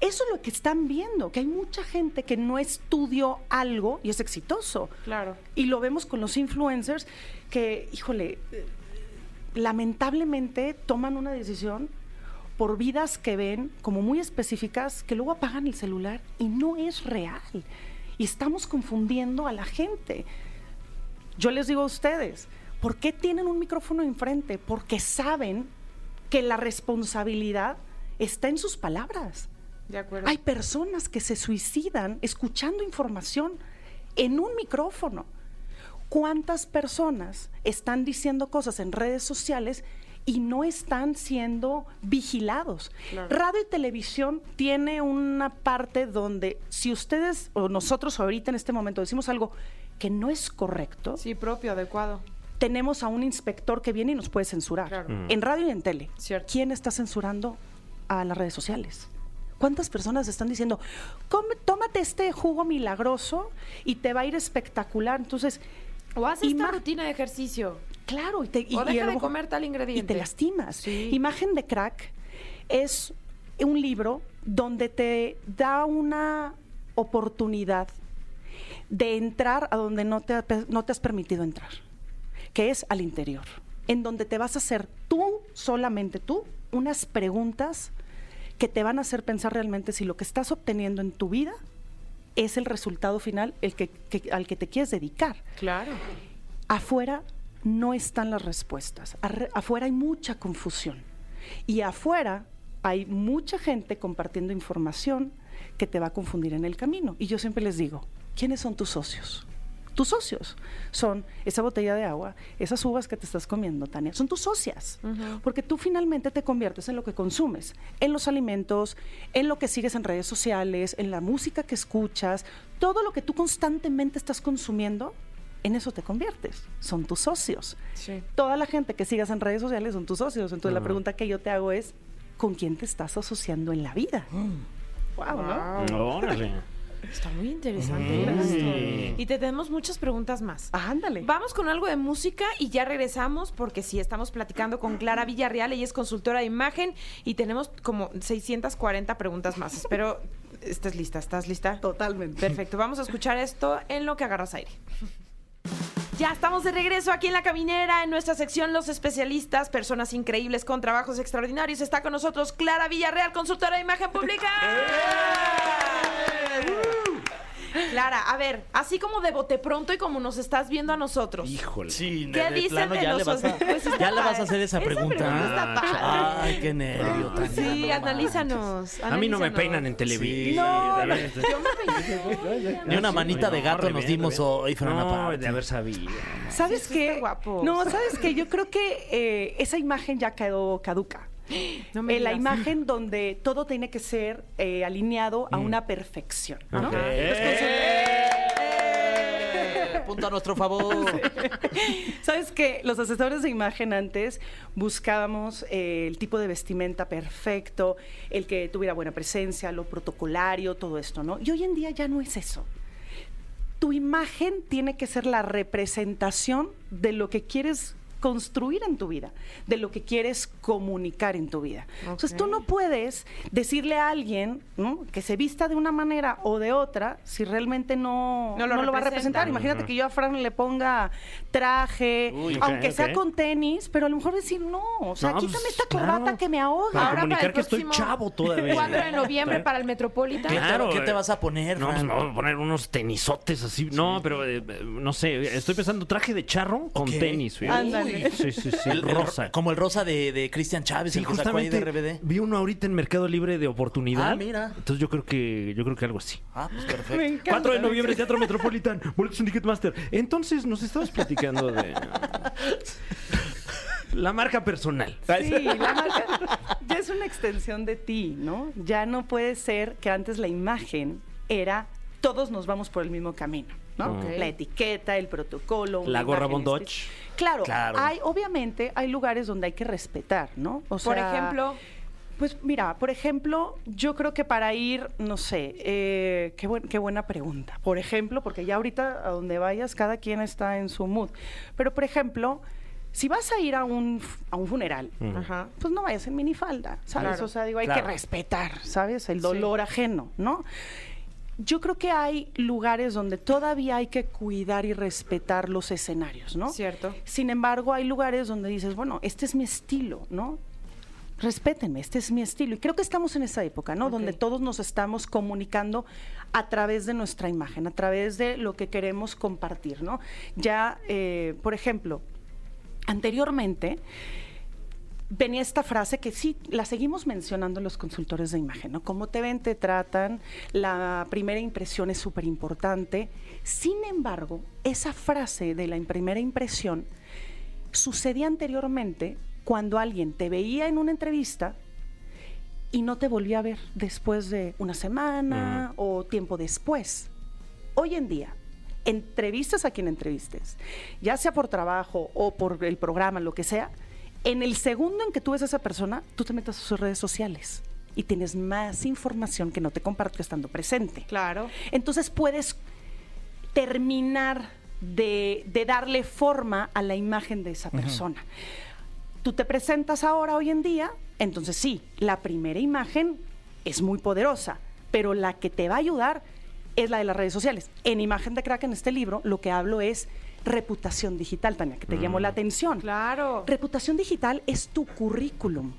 eso es lo que están viendo, que hay mucha gente que no estudió algo y es exitoso.
Claro.
Y lo vemos con los influencers que, híjole, eh, lamentablemente toman una decisión por vidas que ven como muy específicas que luego apagan el celular y no es real. Y estamos confundiendo a la gente. Yo les digo a ustedes, ¿por qué tienen un micrófono enfrente? Porque saben que la responsabilidad está en sus palabras.
De acuerdo.
Hay personas que se suicidan escuchando información en un micrófono. ¿Cuántas personas están diciendo cosas en redes sociales y no están siendo vigilados? Radio y televisión tiene una parte donde si ustedes o nosotros ahorita en este momento decimos algo que no es correcto,
Sí, propio, adecuado.
tenemos a un inspector que viene y nos puede censurar.
Claro. Ujú.
En radio y en tele.
Cierto.
¿Quién está censurando a las redes sociales? ¿Cuántas personas están diciendo, "Come- tómate este jugo milagroso y te va a ir espectacular? Entonces,
O haz esta
ima-
rutina de ejercicio.
Claro, y te y-
O deja
y a lo
de
mejor-
comer tal
y
ingrediente.
te lastimas.
Sí.
Imagen de crack es un libro donde te da una oportunidad de entrar a donde no te, ha- no te has permitido entrar, que es al interior, en donde te vas a hacer tú, solamente tú, unas preguntas que te van a hacer pensar realmente si lo que estás obteniendo en tu vida es el resultado final el que- que- al que te quieres dedicar
Claro.
afuera no están las respuestas. Arre- afuera hay mucha confusión. Y afuera hay mucha gente compartiendo información que te va a confundir en el camino. Y yo siempre les digo, ¿quiénes son tus socios? Tus socios son esa botella de agua, esas uvas que te estás comiendo, Tania, son tus socias, porque tú finalmente te conviertes en lo que consumes, en los alimentos, en lo que sigues en redes sociales, en la música que escuchas, todo lo que tú constantemente estás consumiendo, en eso te conviertes. Son tus socios.
Sí.
Toda la gente que sigas en redes sociales son tus socios. Entonces la pregunta que yo te hago es, ¿con quién te estás asociando en la vida? Wow, ¿no?
Órale.
Está muy interesante esto. Y te tenemos muchas preguntas más.
Ah, ándale.
Vamos con algo de música y ya regresamos porque sí, estamos platicando con Clara Villarreal, ella es consultora de imagen y tenemos como 640 preguntas más. Espero estés lista, ¿estás lista?
Totalmente.
Perfecto, vamos a escuchar esto en lo que agarras aire. Ya estamos de regreso aquí en la caminera, en nuestra sección Los especialistas, personas increíbles con trabajos extraordinarios. Está con nosotros
¡Eh!
Clara Villarreal, consultora de imagen pública. ¡Eh! Clara, a ver, así como de bote pronto y como nos estás viendo a nosotros.
Híjole. Sí,
¿Qué
de
dicen
plano
de
ya
los
le vas a,
pues está
ya le vas
padre.
a hacer esa
Esa
pregunta.
pregunta está padre.
Ay, qué nervio. tan-
Sí, analízanos,
A mí no me
analízanos.
peinan en Televisa.
No,
de
no,
verdad.
yo me peiné.
Ni una manita de gato
re
nos
bien,
dimos
re bien.
hoy, Fran,
No,
aparte.
de haber sabido.
¿Sabes
Sí, eso está
qué?
guapo.
No, ¿sabes qué? Yo creo que eh, esa imagen ya quedó caduca.
No me
Eh, la
digas.
imagen donde todo tiene que ser eh, alineado a una perfección,
Ah.
¿no?
Ok.
¡Eh!
Eh, Punto a nuestro favor.
¿Sabes qué? Los asesores de imagen antes buscábamos eh, el tipo de vestimenta perfecto, el que tuviera buena presencia, lo protocolario, todo esto, ¿no? Y hoy en día ya no es eso. Tu imagen tiene que ser la representación de lo que quieres construir en tu vida, de lo que quieres comunicar en tu vida. Entonces tú no puedes decirle a alguien ¿no? que se vista de una manera o de otra si realmente no,
No lo
va a
representa.
representar. Imagínate que yo a Fran le ponga traje,
Uy, ok,
aunque sea
ok.
con tenis, pero a lo mejor decir, no, o sea,
No,
quítame
pues,
esta
claro.
corbata que me ahoga.
Para
Ahora
comunicar
para el
que estoy
próximo
chavo todavía.
4 de noviembre para el Metropolitan.
Claro, ¿qué te
eh.
vas a poner,
No,
Fran?
pues me voy a poner unos tenisotes así. No, pero eh, eh, no sé. Estoy pensando traje de charro con
Ok.
tenis. fíjate.
Ándale.
Sí, sí, sí.
El- el-
rosa.
como el rosa de, de Cristian Chávez,
Sí,
el que sacó ahí de
justamente
RBD.
vi uno ahorita en Mercado Libre de Oportunidad.
Ah, mira.
Entonces yo creo que yo creo que algo así.
Ah, pues perfecto.
4 de noviembre, Teatro Metropolitan, boletos en Ticketmaster. Entonces, nos estabas platicando de... La marca personal.
Sí, la marca ya es una extensión de ti, ¿no? Ya no puede ser que antes la imagen era todos nos vamos por el mismo camino, ¿no?
Ok.
La etiqueta, el protocolo. una
La gorra Von
imagen espe-
Dutch.
Claro,
Claro.
hay, obviamente hay lugares donde hay que respetar, ¿no? O
Por
sea,
ejemplo,
Pues mira, por ejemplo, yo creo que para ir, no sé, eh, qué, buen- qué buena pregunta. Por ejemplo, porque ya ahorita a donde vayas, cada quien está en su mood. Pero por ejemplo, si vas a ir a un, f- a un funeral,
ajá.
pues no vayas en minifalda, ¿sabes?
Claro,
o sea, digo, hay
claro.
que respetar, ¿sabes? El dolor ajeno, ¿no? Yo creo que hay lugares donde todavía hay que cuidar y respetar los escenarios, ¿no?
Cierto.
Sin embargo, hay lugares donde dices, bueno, este es mi estilo, ¿no? Respétenme, este es mi estilo. Y creo que estamos en esa época, ¿no?
Ok.
Donde todos nos estamos comunicando a través de nuestra imagen, a través de lo que queremos compartir, ¿no? Ya, eh, por ejemplo, anteriormente venía esta frase que sí la seguimos mencionando los consultores de imagen, ¿no? Cómo te ven, te tratan, la primera impresión es súper importante. Sin embargo, esa frase de la primera impresión sucedía anteriormente cuando alguien te veía en una entrevista y no te volvía a ver después de una semana o tiempo después. Hoy en día, entrevistas a quien entrevistes, ya sea por trabajo o por el programa, lo que sea, en el segundo en que tú ves a esa persona, tú te metes a sus redes sociales y tienes más información que no te compartió estando presente.
Claro.
Entonces puedes terminar de, de darle forma a la imagen de esa persona. Tú te presentas ahora, hoy en día, entonces sí, la primera imagen es muy poderosa, pero la que te va a ayudar es la de las redes sociales. En Imagen de Crack, en este libro, lo que hablo es reputación digital, Tania, que te llamó la atención.
Claro.
Reputación digital es tu currículum.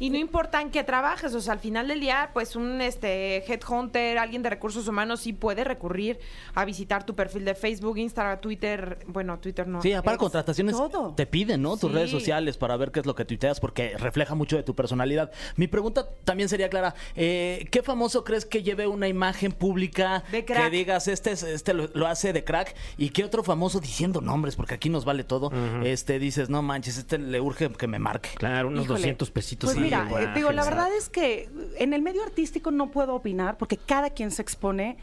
Y no importa en qué trabajes, o sea, al final del día, pues un este headhunter, alguien de recursos humanos, sí puede recurrir a visitar tu perfil de Facebook, Instagram, Twitter. Bueno, Twitter no.
Sí, para
Ex.
contrataciones
todo.
te piden, ¿no? Tus
Sí.
redes sociales para ver qué es lo que tuiteas porque refleja mucho de tu personalidad. Mi pregunta también sería clara. eh, ¿Qué famoso crees que lleve una imagen pública
De crack.
que digas este es- este lo, lo hace de crack y qué otro famoso diciendo nombres porque aquí nos vale todo? Este dices no manches este le urge que me marque.
Claro, unos
Híjole.
200 pesitos.
Pues
en
mira,
lenguaje,
eh, digo, la
¿sabes?
verdad es que en el medio artístico no puedo opinar porque cada quien se expone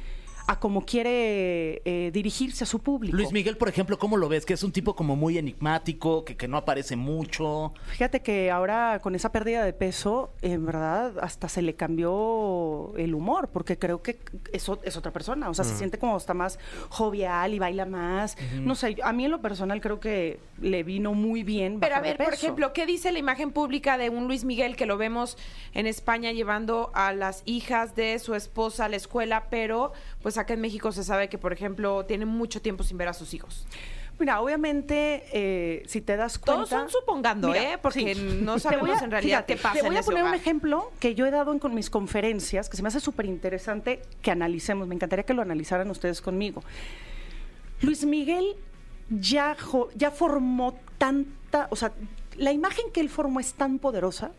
a como quiere eh, dirigirse a su público.
Luis Miguel, por ejemplo, ¿cómo lo ves? Que es un tipo como muy enigmático, que, que no aparece mucho.
Fíjate que ahora con esa pérdida de peso, en verdad, hasta se le cambió el humor, porque creo que es, o- es otra persona. O sea,
Mm.
se siente como hasta más jovial y baila más. No sé, a mí en lo personal creo que le vino muy bien.
Pero a
bajar de
ver, por
peso.
ejemplo, ¿qué dice la imagen pública de un Luis Miguel que lo vemos en España llevando a las hijas de su esposa a la escuela, pero pues acá en México se sabe que, por ejemplo, tiene mucho tiempo sin ver a sus hijos?
Mira, obviamente, eh, si te das cuenta...
Todos son supongando,
Mira,
¿eh? Porque
sí.
no
Te voy
sabemos
a-
en realidad
fíjate,
qué pasa
Te voy
en
a
ese
poner un
hogar.
ejemplo que yo he dado en con mis conferencias, que se me hace súper interesante que analicemos. Me encantaría que lo analizaran ustedes conmigo. Luis Miguel ya, jo- ya formó tanta, o sea, la imagen que él formó es tan poderosa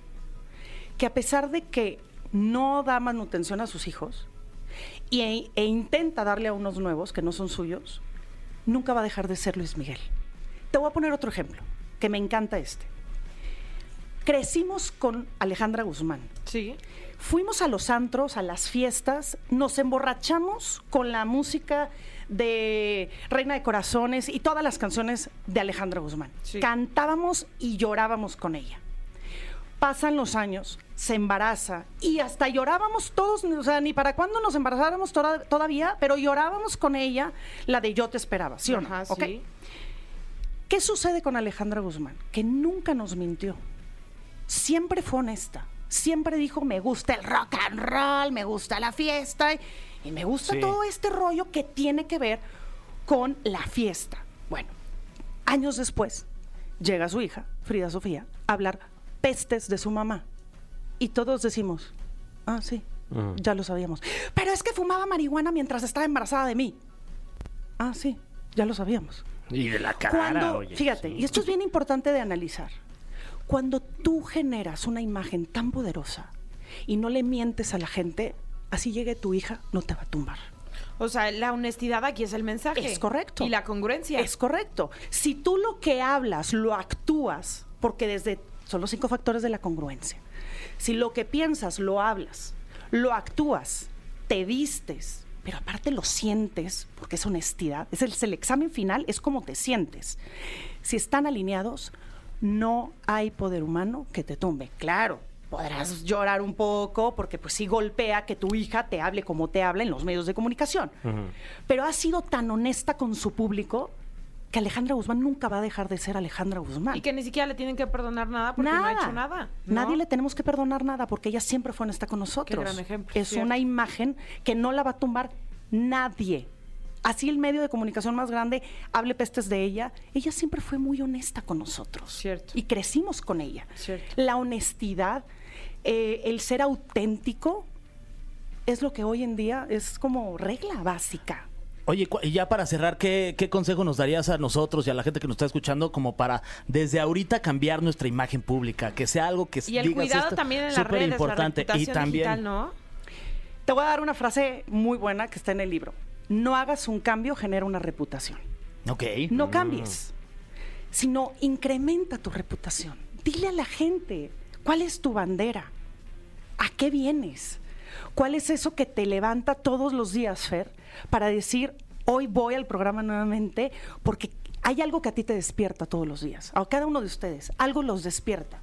que a pesar de que no da manutención a sus hijos y, e, e intenta darle a unos nuevos que no son suyos, nunca va a dejar de ser Luis Miguel. Te voy a poner otro ejemplo, que me encanta este. Crecimos con Alejandra Guzmán.
Sí.
Fuimos a los antros, a las fiestas, nos emborrachamos con la música de Reina de Corazones y todas las canciones de Alejandra Guzmán.
Sí.
Cantábamos y llorábamos con ella. Pasan los años, se embaraza y hasta llorábamos todos, o sea, ni para cuándo nos embarazáramos tora- todavía, pero llorábamos con ella la de Yo te esperaba, ¿sí o no?
Ajá, sí.
Ok. ¿Qué sucede con Alejandra Guzmán? Que nunca nos mintió. Siempre fue honesta. Siempre dijo, me gusta el rock and roll, me gusta la fiesta y- y me gusta
Sí.
todo este rollo que tiene que ver con la fiesta. Bueno, años después llega su hija, Frida Sofía, a hablar pestes de su mamá. Y todos decimos, ah, sí, ya lo sabíamos. Pero es que fumaba marihuana mientras estaba embarazada de mí. Ah, sí, ya lo sabíamos.
Y de la cara,
Cuando,
oye.
fíjate,
sí.
y esto es bien importante de analizar. Cuando tú generas una imagen tan poderosa y no le mientes a la gente, así llegue tu hija, no te va a tumbar.
O sea, la honestidad aquí es el mensaje.
Es correcto.
Y la congruencia.
Es correcto. Si tú lo que hablas lo actúas, porque desde son los cinco factores de la congruencia. Si lo que piensas lo hablas, lo actúas, te vistes, pero aparte lo sientes, porque es honestidad. Es el, es el examen final, es como te sientes. Si están alineados, no hay poder humano que te tumbe. Claro. Podrás llorar un poco porque pues sí golpea que tu hija te hable como te habla en los medios de comunicación. Pero ha sido tan honesta con su público que Alejandra Guzmán nunca va a dejar de ser Alejandra Guzmán.
Y que ni siquiera le tienen que perdonar nada porque no ha hecho nada. ¿no?
Nadie le tenemos que perdonar nada porque ella siempre fue honesta con nosotros.
gran ejemplo,
es
cierto.
una imagen que no la va a tumbar nadie. Así el medio de comunicación más grande hable pestes de ella. Ella siempre fue muy honesta con nosotros.
Cierto.
Y crecimos con ella.
Cierto.
La honestidad, eh, el ser auténtico, es lo que hoy en día es como regla básica.
Oye, cu- y ya para cerrar, ¿qué, ¿qué consejo nos darías a nosotros y a la gente que nos está escuchando como para desde ahorita cambiar nuestra imagen pública? Que sea algo que
Y el
digas
cuidado
esto,
también en las
súper
redes,
importante.
la
y
reputación
también
digital, ¿no?
Te voy a dar una frase muy buena que está en el libro. No hagas un cambio, genera una reputación.
Ok.
Ah.
No cambies, sino incrementa tu reputación. Dile a la gente cuál es tu bandera, a qué vienes, cuál es eso que te levanta todos los días, Fer, para decir, hoy voy al programa nuevamente, porque hay algo que a ti te despierta todos los días, a cada uno de ustedes, algo los despierta.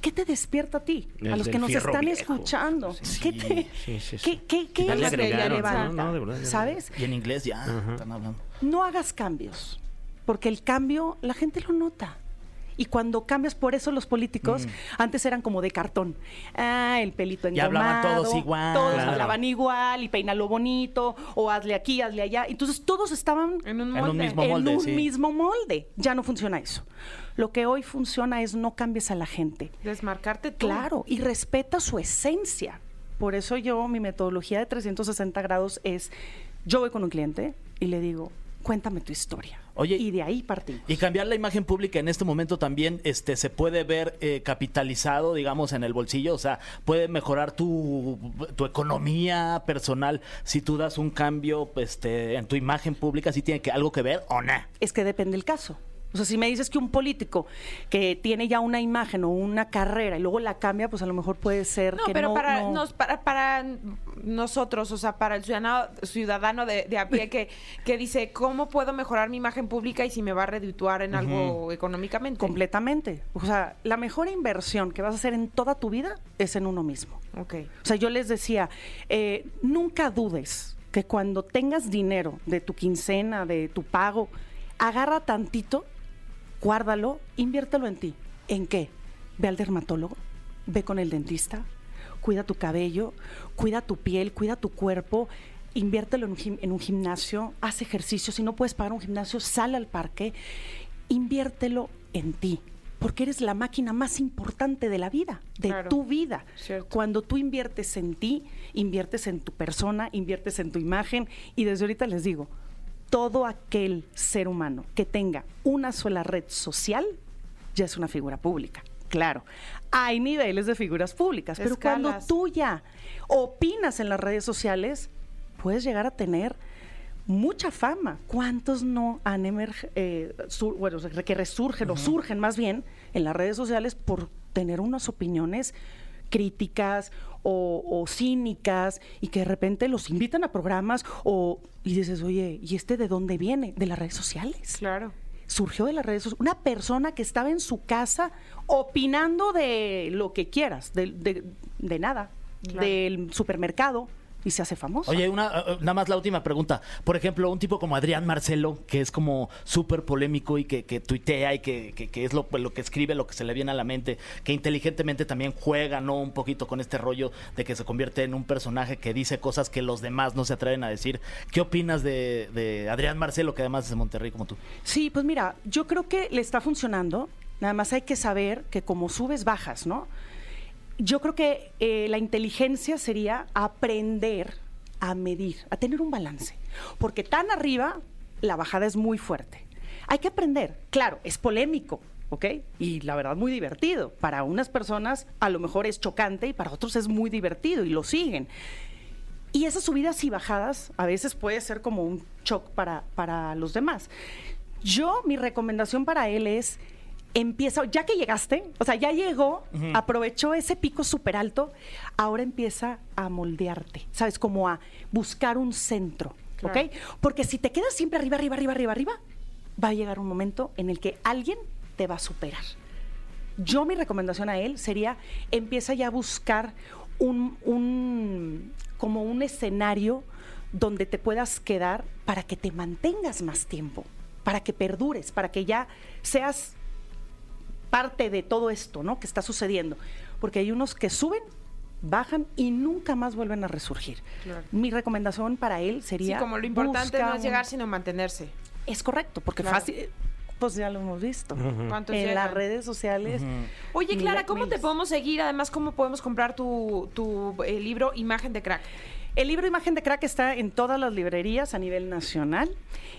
¿Qué te despierta a ti?
El
a los que
del
nos
fierro
están
viejo.
escuchando. ¿Qué te-
sí, sí, sí.
qué- qué- qué
Ya
es
le
lo que te
agregaron, ¿no?
levanta?
No, de verdad, ya le-
¿Sabes?
Y en inglés ya están hablando.
no hagas cambios, porque el cambio la gente lo nota. Y cuando cambias, por eso los políticos
Mm.
antes eran como de cartón. Ah, el pelito
Y
engomado.
hablaban todos igual.
Todos
Claro.
hablaban igual y peínalo bonito o hazle aquí, hazle allá. Entonces todos estaban
En un
En un
molde.
mismo-
en
molde,
un
sí.
mismo molde. Ya no funciona eso. Lo que hoy funciona es no cambies a la gente.
Desmarcarte tú.
Claro, y respeta su esencia. Por eso yo, mi metodología de 360 grados es, yo voy con un cliente y le digo, cuéntame tu historia.
Oye,
y de ahí partimos.
Y cambiar la imagen pública en este momento también este, se puede ver eh, capitalizado, digamos, en el bolsillo. O sea, puede mejorar tu, tu economía personal si tú das un cambio este, en tu imagen pública, si tiene que, algo que ver o no.
Es que depende el caso. O sea, si me dices que un político que tiene ya una imagen o una carrera y luego la cambia, pues a lo mejor puede ser
No,
que
pero
no-
para,
no-
nos- para, para nosotros, o sea, para el ciudadano, ciudadano de, de a pie que, que dice, ¿cómo puedo mejorar mi imagen pública y si me va a redituar en algo económicamente?
completamente. O sea, la mejor inversión que vas a hacer en toda tu vida es en uno mismo.
Ok.
O sea, yo les decía, eh, nunca dudes que cuando tengas dinero de tu quincena, de tu pago, agarra tantito, guárdalo, inviértelo en ti. ¿En qué? Ve al dermatólogo, ve con el dentista, cuida tu cabello, cuida tu piel, cuida tu cuerpo, inviértelo en un, gim- en un gimnasio, haz ejercicio. Si no puedes pagar un gimnasio, sal al parque, inviértelo en ti. Porque eres la máquina más importante de la vida, de
Claro.
tu vida.
Cierto.
Cuando tú inviertes en ti, inviertes en tu persona, inviertes en tu imagen. Y desde ahorita les digo, todo aquel ser humano que tenga una sola red social ya es una figura pública. Claro, hay niveles de figuras públicas, pero cuando
Escalas.
tú ya opinas en las redes sociales, puedes llegar a tener mucha fama. ¿Cuántos no han emerg- eh, sur- bueno, re- que resurgen o surgen más bien en las redes sociales por tener unas opiniones críticas o, o cínicas y que de repente los invitan a programas o y dices, oye, ¿y este de dónde viene? De las redes sociales
Claro.
surgió de las redes sociales. Una persona que estaba en su casa opinando de lo que quieras, de, de- de nada,
Claro.
del supermercado, y se hace famoso.
Oye, una, eh, eh, nada más la última pregunta. Por ejemplo, un tipo como Adrián Marcelo, que es como súper polémico y que, que tuitea y que, que- que es lo, pues, lo que escribe, lo que se le viene a la mente, que inteligentemente también juega, ¿no? Un poquito con este rollo de que se convierte en un personaje que dice cosas que los demás no se atreven a decir. ¿Qué opinas de, de Adrián Marcelo, que además es de Monterrey como tú?
Sí, pues mira, yo creo que le está funcionando. Nada más hay que saber que como subes, bajas, ¿no? Yo creo que eh, la inteligencia sería aprender a medir, a tener un balance. Porque tan arriba, la bajada es muy fuerte. Hay que aprender. Claro, es polémico, ¿ok? Y la verdad, muy divertido. Para unas personas, a lo mejor es chocante y para otros es muy divertido y lo siguen. Y esas subidas y bajadas a veces puede ser como un shock para, para los demás. Yo, mi recomendación para él es, empieza, ya que llegaste, o sea, ya llegó, aprovechó ese pico súper alto, ahora empieza a moldearte, ¿sabes? Como a buscar un centro,
Claro.
¿ok? Porque si te quedas siempre arriba, arriba, arriba, arriba, arriba, va a llegar un momento en el que alguien te va a superar. Yo mi recomendación a él sería empieza ya a buscar un, un- como un escenario donde te puedas quedar para que te mantengas más tiempo, para que perdures, para que ya seas parte de todo esto, ¿no? Que está sucediendo, porque hay unos que suben, bajan y nunca más vuelven a resurgir.
Claro.
Mi recomendación para él
Sí,
sería
como lo importante
busca
no es
un-
llegar, sino mantenerse.
es correcto, porque
Claro.
fácil pues ya lo hemos visto
¿Cuántos
en
llegan?
las redes sociales.
Oye,
Mira, pues.
Clara, ¿cómo te
miles.
podemos seguir? Además, ¿cómo podemos comprar tu, tu eh, libro Imagen de Crack?
El libro Imagen de Crack está en todas las librerías a nivel nacional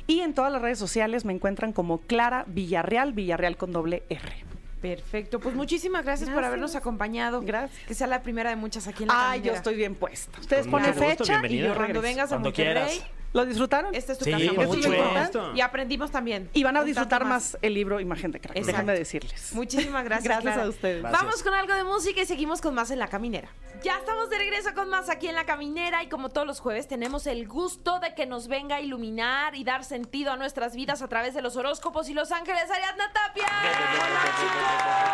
y en todas las redes sociales me encuentran como Clara Villarreal, Villarreal con doble R.
Perfecto. Pues muchísimas gracias, por
Gracias.
habernos acompañado.
Gracias.
Que sea la primera de muchas aquí en la
Ah, yo
Caminera.
estoy bien puesta. Ustedes
Con
ponen
mucho gusto,
fecha y
bienvenida.
yo
Cuando
regreso.
vengas a
Cuando
Monterrey,
quieras.
¿Lo disfrutaron?
esta es tu
Sí,
casa.
con
Esto es
mucho
importante.
gusto.
Y aprendimos también.
Y van a
Un tanto
disfrutar más el libro Imagen de Crack,
Exacto.
déjame decirles.
Muchísimas gracias.
Gracias
Clara.
a ustedes.
Gracias.
Vamos con algo de música y seguimos con más en la caminera. Ya estamos de regreso con más aquí en la caminera y como todos los jueves tenemos el gusto de que nos venga a iluminar y dar sentido a nuestras vidas a través de los horóscopos y los ángeles Ariadna Tapia.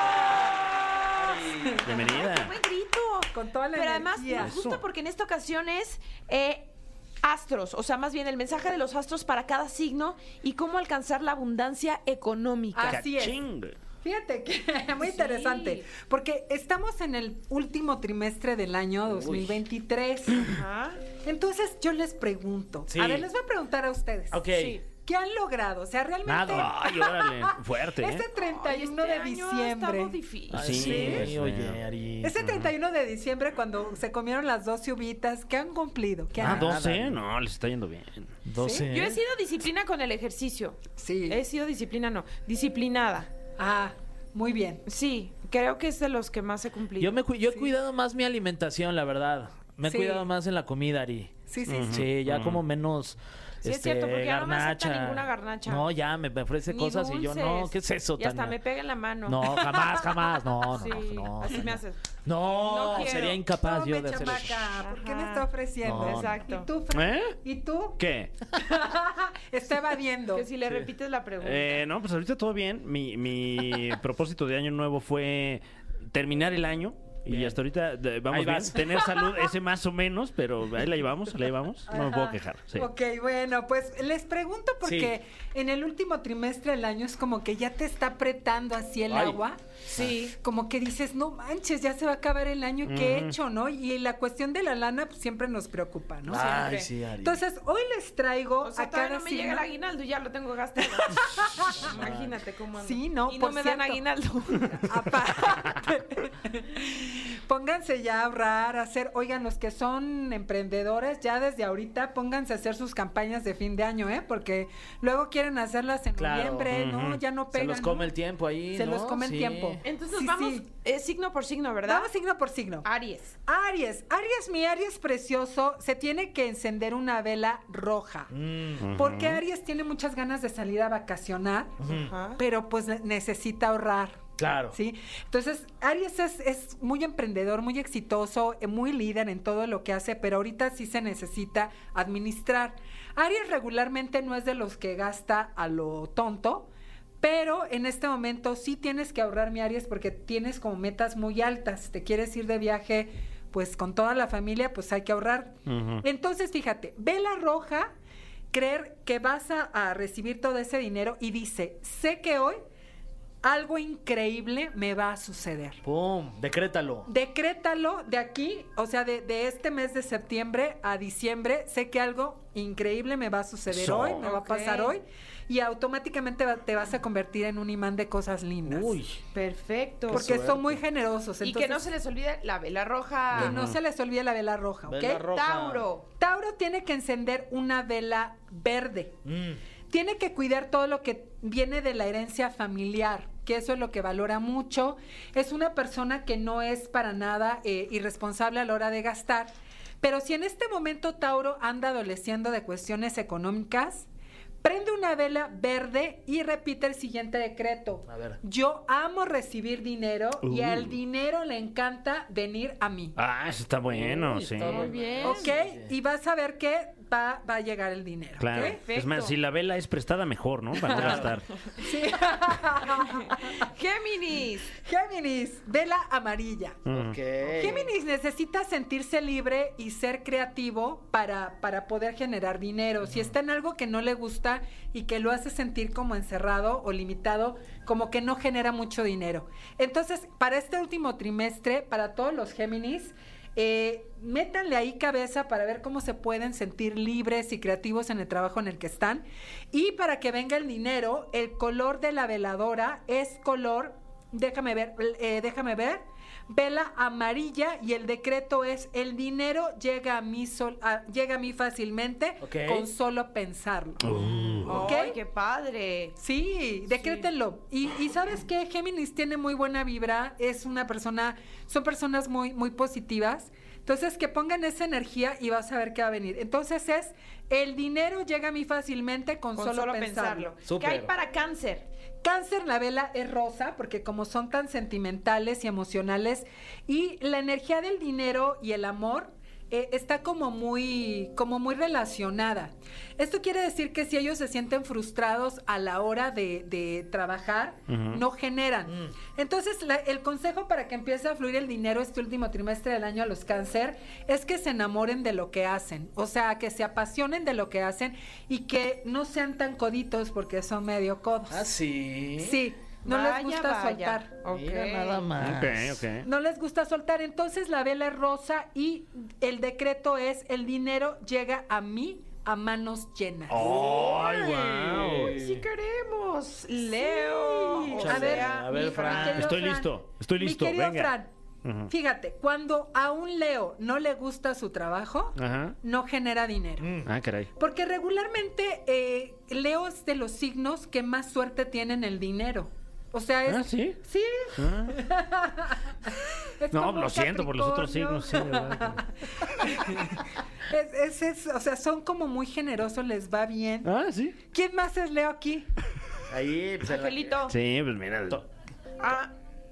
¡Hola, chicos!
Bienvenida.
¡Qué buen grito!
Con toda la
Pero además
energía.
nos gusta porque en esta ocasión es eh, astros, o sea, más bien el mensaje de los astros para cada signo y cómo alcanzar la abundancia económica.
Así es.
Caching.
Fíjate que muy
Sí.
interesante, porque estamos en el último trimestre del año 2023.
Ajá.
Entonces yo les pregunto,
Sí.
a ver, les voy a preguntar a ustedes.
Ok.
Sí.
¿Qué han logrado? O sea, realmente
Nada. Ay, órale. Fuerte, ¿eh?
Este
Ay,
31
este
de
año ha
diciembre. Este
estado difícil.
Sí, sí,
oye,
oye,
pues, Ari.
Ese 31 de diciembre, cuando se comieron las 12 uvitas, ¿qué han cumplido? ¿Qué
Ah,
han
12. No, les está yendo bien.
12.
Yo he sido disciplina con el ejercicio.
Sí.
He sido disciplina, no, disciplinada.
Ah, muy bien.
Sí, creo que es de los que más he cumplido.
Yo, me, cu- yo he cuidado más mi alimentación, la verdad. Me he
Sí.
cuidado más en la comida, Ari.
Sí, sí, sí.
Sí, ya como menos.
Sí, es
este,
cierto, porque ya no me acepta
garnacha.
ninguna garnacha.
No, ya me me ofrece
Ni
cosas y yo no.
dulces.
¿Qué es eso,
Y hasta
Tania?
me pega en la mano.
No, jamás, jamás. No, no,
Sí,
no.
así me
Tania.
haces. No
No,
quiero.
sería incapaz
No,
yo
me
de hacer eso.
chamaca, ¿por qué me
Ajá.
está ofreciendo?
No, no.
Exacto.
¿Y tú, Fran?
¿Eh?
¿Y tú?
¿Qué?
Está evadiendo.
Que si le repites la pregunta.
Eh, no, pues ahorita todo bien. Mi, mi propósito de año nuevo fue terminar el año Y hasta ahorita de- vamos
Ahí
bien.
vas.
Tener salud, ese más o menos, pero ahí la llevamos, la llevamos. No me puedo
Ah.
Ajá.
quejar. Sí.
Ok, bueno, pues les pregunto porque en el último trimestre del año es como que ya te está apretando así el
Ay.
agua.
Sí.
Como que dices, no manches, ya se va a acabar el año, ¿qué he hecho, no? Y la cuestión de la lana pues, siempre nos preocupa, ¿no?
Ay,
siempre.
sí, Ari.
Entonces, hoy les traigo
O sea,
a cada
todavía no me llega el
signo-
aguinaldo y ya lo tengo gastado. Imagínate cómo ando.
Sí, no,
Y no
por
me dan
cierto.
aguinaldo.
Aparte, pónganse ya a ahorrar, a hacer, oigan, los que son emprendedores, ya desde ahorita pónganse a hacer sus campañas de fin de año, ¿eh? Porque luego quieren hacerlas en
Claro.
noviembre, ¿no? Ya no
Se
pegan.
los come
¿no?
el tiempo ahí.
Se
¿no?
los come el
Sí.
tiempo.
Entonces
Sí,
vamos
sí.
eh, signo por signo, ¿verdad?
Vamos signo por signo.
Aries.
Aries, Aries, mi Aries precioso, se tiene que encender una vela roja.
Mm.
Porque Aries tiene muchas ganas de salir a vacacionar, pero pues ne- necesita ahorrar.
Claro.
¿sí? Entonces, Aries es, es muy emprendedor, muy exitoso, eh, muy líder en todo lo que hace, pero ahorita sí se necesita administrar. Aries regularmente no es de los que gasta a lo tonto. Pero en este momento sí tienes que ahorrar, mi Aries, porque tienes como metas muy altas. Te quieres ir de viaje, pues con toda la familia, pues hay que ahorrar. Entonces, fíjate, vela roja, creer que vas a- a recibir todo ese dinero y dice, sé que hoy algo increíble me va a suceder.
Pum, decrétalo.
Decrétalo de aquí, o sea, de, de este mes de septiembre a diciembre, sé que algo increíble me va a suceder
So.
hoy, me va a
Ok.
pasar hoy, y automáticamente va- te vas a convertir en un imán de cosas lindas.
Uy.
Perfecto.
porque son muy generosos.
y que no se les olvide la vela roja. Ah,
que no se les olvide la vela roja, ¿ok?
Vela roja.
Tauro.
Tauro tiene que encender una vela verde.
Mm.
Tiene que cuidar todo lo que viene de la herencia familiar, que eso es lo que valora mucho. Es una persona que no es para nada eh, irresponsable a la hora de gastar. Pero si en este momento Tauro anda adoleciendo de cuestiones económicas, prende una vela verde y repite el siguiente decreto.
A ver. Uh.
Yo amo recibir dinero y al dinero le encanta venir a mí.
Ah, eso está bueno, sí.
Muy bien.
¿Ok? Y vas a ver que va, va a llegar el dinero.
Claro.
¿ok?
Es más, si la vela es prestada, mejor, ¿no? Para no gastar.
Sí.
Géminis.
Géminis, vela amarilla.
Ok.
Géminis necesita sentirse libre y ser creativo para, para poder generar dinero. Si está en algo que no le gusta y que lo hace sentir como encerrado o limitado, como que no genera mucho dinero. Entonces, para este último trimestre, para todos los Géminis, eh, métanle ahí cabeza para ver cómo se pueden sentir libres y creativos en el trabajo en el que están. Y para que venga el dinero, el color de la veladora es color, déjame ver, eh, déjame ver vela amarilla y el decreto es el dinero llega a mí sol- a- llega a mí fácilmente
Ok.
con solo pensarlo. ¿Ok?
Ay, qué padre.
Sí, decrétenlo. Y, y sabes que Géminis tiene muy buena vibra, es una persona, son personas muy, muy positivas. Entonces, que pongan esa energía y vas a ver qué va a venir. Entonces es, el dinero llega a mí fácilmente con,
Con solo,
pensarlo.
pensarlo.
Súper.
¿Qué hay para cáncer?
Cáncer, la vela es rosa porque como son tan sentimentales y emocionales y la energía del dinero y el amor eh, está como muy, como muy relacionada. Esto quiere decir que si ellos se sienten frustrados a la hora de, de trabajar, no generan. Entonces, la- el consejo para que empiece a fluir el dinero este último trimestre del año a los cáncer es que se enamoren de lo que hacen, o sea, que se apasionen de lo que hacen y que no sean tan coditos porque son medio codos.
Ah, sí.
Sí, no
Vaya,
les gusta
vaya.
soltar.
Ok.
Mira nada más.
Ok, ok.
No les gusta soltar. Entonces la vela es rosa y el decreto es el dinero llega a mí a manos llenas.
¡Ay, wow!
Uy, sí queremos. Leo.
Sí.
o
A ver,
sea,
a ver,
mi
Fran.
querido
Estoy listo, estoy listo,
Mi querido
venga.
Fran, fíjate, cuando a un Leo no le gusta su trabajo,
Ajá.
no genera dinero.
Ah, caray.
Porque regularmente eh, Leo es de los signos que más suerte tienen el dinero. O sea, es...
Ah, ¿sí? Ah,
Sí. Es
No,
como
lo
un
siento por los otros
Capricornio.
signos, sí, de verdad.
Es- es- es- o sea, son como muy generosos, les va bien.
Ah, sí.
¿Quién más es Leo aquí?
Ahí, pues, en la-
Angelito.
Sí, pues mira.
To-
Ah,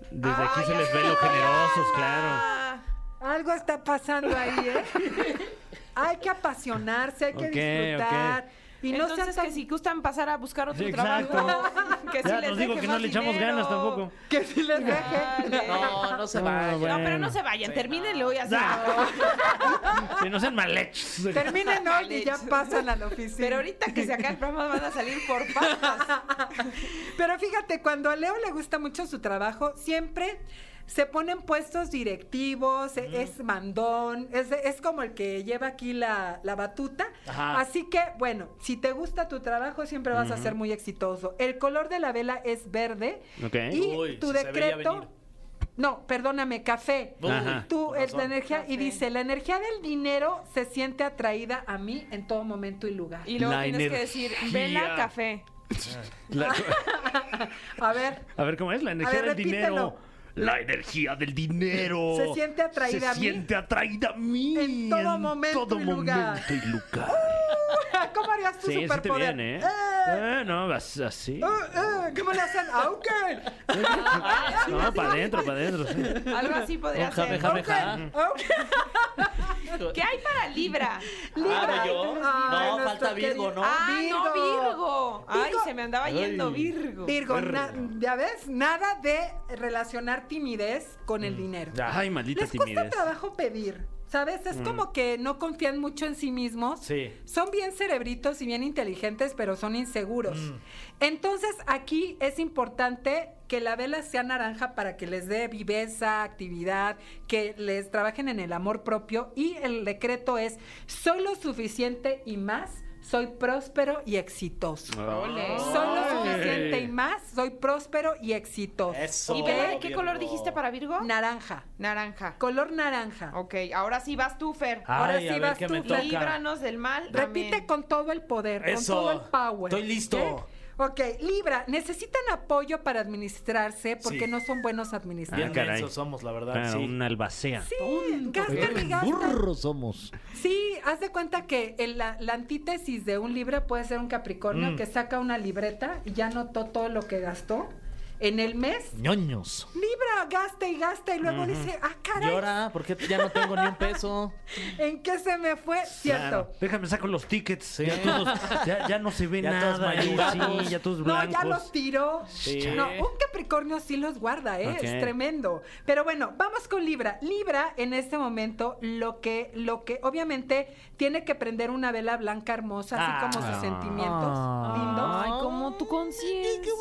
Desde aquí
ay,
se les
ay,
ve lo
ay,
generosos,
ay.
claro.
Algo está pasando ahí, ¿eh? hay que apasionarse, hay que
Ok,
disfrutar. Y no
Entonces,
sean tan-
que si gustan pasar a buscar otro
Exacto.
trabajo, que si
Ya
les
nos digo
deje
que no
más
le echamos
dinero.
ganas tampoco.
Que si les deje.
Dale.
No, no se
No,
vayan.
No, pero
Bueno.
no se vayan, termínenlo y así.
Que no sean mal hechos.
Terminen hoy y ya
Alex.
pasan a la oficina.
Pero ahorita que se acabe el programa van a salir por patas.
Pero fíjate, cuando a Leo le gusta mucho su trabajo, siempre se ponen puestos directivos,
Mm.
e- es mandón, es, de- es como el que lleva aquí la, la batuta.
Ajá.
Así que, bueno, si te gusta tu trabajo, siempre vas a ser muy exitoso. El color de la vela es verde
Ok.
y
Uy,
tu
se veía venir.
decreto... No, perdóname, café.
Uy,
Ajá.
Tú,
con
es
razón.
la energía, y dice, la energía del dinero se siente atraída a mí en todo momento y lugar.
Y luego
La
tienes que
energía.
decir, vela, café.
La-
A ver,
a ver, ¿cómo es? La energía
ver,
del dinero.
repítelo.
La energía del dinero.
Se siente atraída
Se
a mí.
siente atraída a mí.
En todo momento
todo
y lugar.
momento y lugar.
¿cómo harías tu
Sí, sí te
superpoder?
bien, ¿eh?
¡Eh!
Eh, no, vas así.
Ah, ah, ¿Cómo le hacen? Ah, ok.
No, para adentro, para adentro. sí.
Algo así podría
Oja,
ser.
oja, oja.
Ah, ok.
¿Qué hay para Libra?
Libra.
Ah, ¿no, yo?
Ay,
No,
nuestro
falta Virgo,
querido-
¿no?
Ah, no, Virgo. Ay,
Virgo.
se me andaba yendo Virgo.
Virgo, na- ya ves, nada de relacionar timidez con el dinero.
Ay, maldita
Les cuesta
timidez.
trabajo pedir, ¿sabes? Es como que no confían mucho en sí mismos.
Sí.
Son bien cerebritos y bien inteligentes, pero son inseguros. Entonces, aquí es importante que la vela sea naranja para que les dé viveza, actividad, que les trabajen en el amor propio. Y el decreto es, soy lo suficiente y más, soy próspero y exitoso.
Ole.
Soy lo suficiente y más, soy próspero y exitoso.
Eso.
¿Y vela de qué
Virgo.
color dijiste para Virgo?
Naranja,
Naranja.
color naranja.
Ok, ahora sí vas tú, Fer.
Ay,
Ahora
a
sí
ver
vas
qué
tú,
me
Fer.
toca.
Líbranos del mal.
Repite
Amén.
con todo el poder,
Eso.
con todo el power.
Estoy listo.
¿ok? Ok, Libra, necesitan apoyo para administrarse porque
Sí.
no son buenos
Bien
Ah,
administradores.
caray.
mensos somos, la verdad.
Ah,
sí.
Una albacea.
sí, gastan y gastan.
Burros somos.
Sí, haz de cuenta que el- la, la antítesis de un Libra puede ser un Capricornio
Mm.
que saca una libreta y ya notó todo lo que gastó en el mes.
Ñoños.
Libra gasta y gasta y luego dice, ah,
Y
caray,
ahora, ¿por qué ya no tengo ni un peso?
¿en qué se me fue?
Claro.
Cierto.
Déjame saco los tickets. Ya, todos- ya- ya no se ve
Ya todos
nada. ahí,
mayugados.
sí, ya todos
No,
blancos.
ya los tiró.
Sí.
No, un Capricornio sí los guarda, ¿eh?
Ok.
es tremendo. Pero bueno, vamos con Libra. Libra en este momento lo que lo que obviamente tiene que prender una vela blanca hermosa, así como
Ah.
sus sentimientos
Ay,
lindos.
como tu conciencia.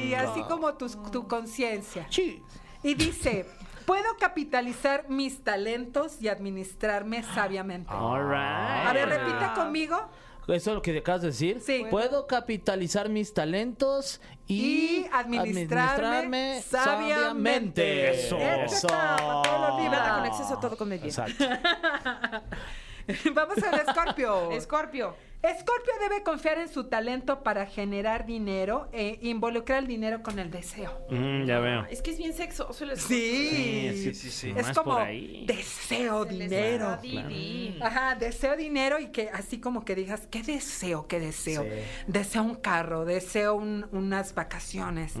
Sí, así como tus- tu conciencia. Y dice, puedo capitalizar mis talentos y administrarme sabiamente.
All right.
A ver, repita conmigo.
¿Eso es lo que acabas de decir?
Sí.
Puedo capitalizar mis talentos y,
Y administrarme
administrarme
sabiamente.
Eso.
Eso está, para todos los libros.
Nada con exceso, todo con medida.
Exacto.
Vamos al Escorpio.
Escorpio.
Escorpio debe confiar en su talento para generar dinero e involucrar el dinero con el deseo.
Mm, ya veo.
Es que es bien sexoso el Escorpio.
Sí,
Sí, sí, sí.
Es
Más
como
por ahí.
deseo
Se les
dinero. Mm.
da Didi.
Ajá, deseo dinero y que así como que digas, ¿qué deseo? ¿Qué deseo? Deseo un carro, deseo un- unas vacaciones.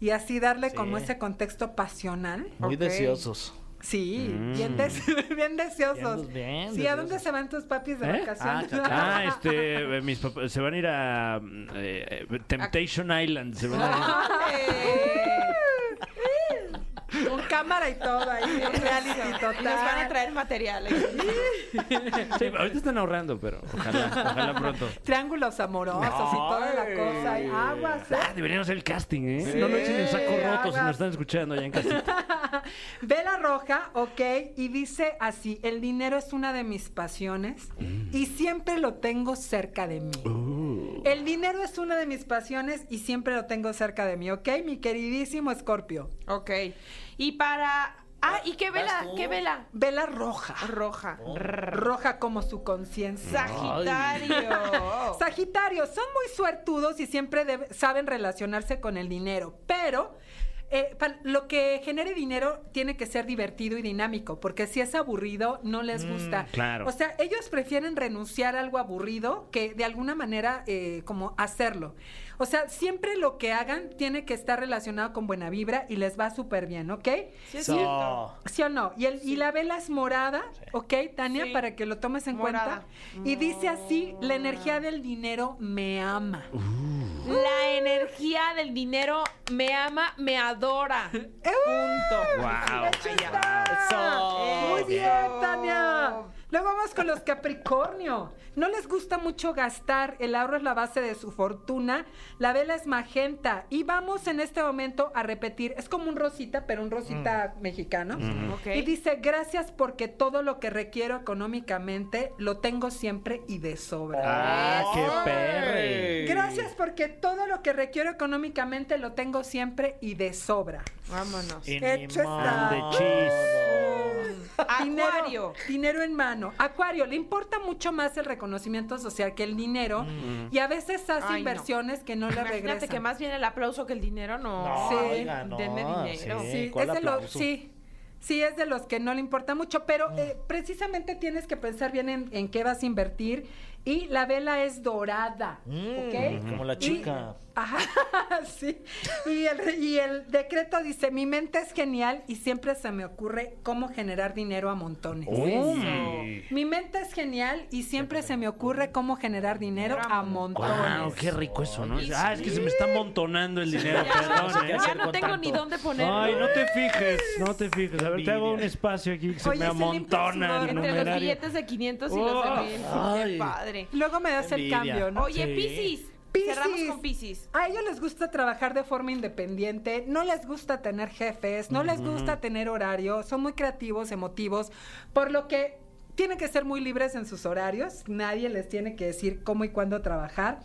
Y así darle como ese contexto pasional.
Muy
Ok.
deseosos.
Sí, bien, des- bien deseosos.
Bien, bien
sí, ¿a dónde
deseosos.
se van tus papis de
pues, ¿Eh?
vacaciones?
Ah, este, eh, mis papás se van a ir a eh, eh, Temptation Island. Se van a
Con cámara y todo ahí, un reality total.
Y nos van a traer material.
ir. Sí, ahorita están ahorrando, pero ojalá, ojalá pronto.
Triángulos amorosos y toda la cosa. Ay, aguas, ¿eh?
Ah, deberían hacer el casting, ¿eh? no lo echen en saco roto si nos están escuchando allá en casita.
Vela roja, ok, y dice así, el dinero es una de mis pasiones y siempre lo tengo cerca de mí. El dinero es una de mis pasiones y siempre lo tengo cerca de mí, ok, mi queridísimo Escorpio.
ok. Y para. Ah, ¿y qué vela?
¿Vas tú?
¿Qué vela?
Vela roja, Oh.
Roja.
roja como su conciencia.
Sagitario.
Sagitario, son muy suertudos y siempre debe- saben relacionarse con el dinero, pero eh, pa- lo que genere dinero tiene que ser divertido y dinámico, porque si es aburrido, no les gusta.
claro.
O sea, ellos prefieren renunciar a algo aburrido que de alguna manera eh, como hacerlo. O sea, siempre lo que hagan tiene que estar relacionado con buena vibra y les va súper bien, ¿ok?
Sí, es
So-
cierto.
¿Sí o no? Y, el, y la vela es morada, ¿ok, Tania?
Sí.
Para que lo tomes en
Morada.
cuenta. Y dice así, la energía del dinero me ama.
La energía del dinero me ama, me adora.
Wow.
¡Ahí está!
Eso.
Muy
Eso.
bien, Tania. Luego vamos con los Capricornio. No les gusta mucho gastar. El ahorro es la base de su fortuna. La vela es magenta. Y vamos en este momento a repetir. Es como un rosita, pero un
Mm.
rosita mexicano.
Mm-hmm.
Ok.
Y dice, gracias porque todo lo que requiero económicamente lo tengo siempre y de sobra.
Ah, qué perre.
Gracias porque todo lo que requiero económicamente lo tengo siempre y de sobra.
Vámonos.
Hecho está.
De chis.
Dinero,
Acuario.
dinero en mano. Acuario, le importa mucho más el reconocimiento social que el dinero
Mm.
y a veces hace
Ay, no.
inversiones que no le
Imagínate
regresan.
que más bien el aplauso que el dinero no.
No,
Sí.
oiga, no,
Denme dinero.
sí,
Sí,
¿cuál
es de los-
aplauso? Mm.
sí, sí, es de los que no le importa mucho, pero eh, precisamente tienes que pensar bien en, en qué vas a invertir y la vela es dorada, ¿ok?
Mm, como la
Y-
chica.
ajá, sí. Y el, y el decreto dice, mi mente es genial y siempre se me ocurre cómo generar dinero a montones.
Uy.
Mi mente es genial y siempre se me ocurre cómo generar dinero a
Wow,
montones.
qué rico eso, ¿no?
Y
Ah, es que
sí.
se me está amontonando el dinero,
Ya,
perdón, ¿eh?
ya Ah, no tengo ni dónde ponerlo.
Ay, no te fijes, no te fijes. A ver, te hago un
Envidia.
espacio aquí que se
Oye,
me
es el
amontona
impresor.
el
Entre los
numerario.
billetes de 500 y los de
Oh,
1000.
ay.
Qué padre.
Luego me das el
Envidia.
cambio, ¿no?
Oye,
Sí.
Piscis.
Piscis.
Cerramos con Piscis.
A ellos les gusta trabajar de forma independiente, no les gusta tener jefes, no les gusta tener horario, son muy creativos, emotivos, por lo que tienen que ser muy libres en sus horarios, nadie les tiene que decir cómo y cuándo trabajar.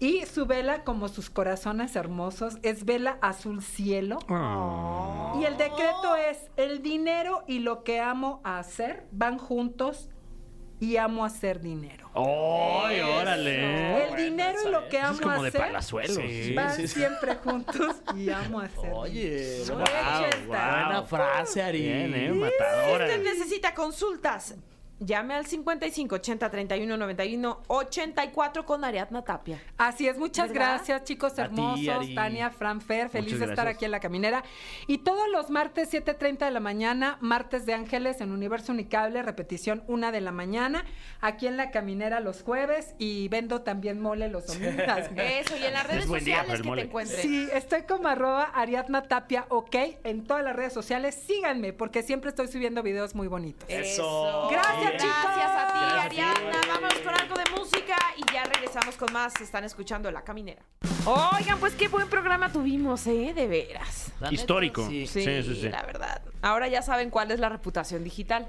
Y su vela, como sus corazones hermosos, es vela azul cielo. Y el decreto es, el dinero y lo que amo hacer van juntos y amo hacer dinero.
¡Ay, órale!
el dinero y lo que
Eso
amo
es como de
hacer
palazuelos.
Sí.
van
sí.
siempre juntos y amo hacer dinero.
Oye,
Muy
wow,
bien,
wow.
buena frase, Ari.
Bien, ¿eh?
Si
Matadora.
usted necesita consultas, llame al 55 80 31 91 84 con Ariadna Tapia.
Así es, muchas
¿Verdad?
gracias chicos
A ti,
hermosos,
Ari.
Tania, Franfer, feliz
Muchas
de estar
gracias.
aquí en La Caminera. Y todos los martes 7.30 de la mañana, martes de Ángeles en Universo Unicable, repetición 1 de la mañana, aquí en La Caminera los jueves y vendo también mole los domingos.
Eso, y en las redes
buen día para el
sociales que te
mole.
encuentres.
Sí, estoy como arroba Ariadna Tapia, ok, en todas las redes sociales, síganme porque siempre estoy subiendo videos muy bonitos.
Eh.
Eso. Bien.
Gracias, chicos.
Oh, Gracias a ti,
Gracias a ti.
Ariadna. Vamos con algo de música y ya regresamos con más. Están escuchando La Caminera. Oigan, pues qué buen programa tuvimos, ¿eh? De veras.
La neta,
Histórico.
sí.
Sí, sí, sí.
la verdad. Ahora ya saben cuál es la reputación digital.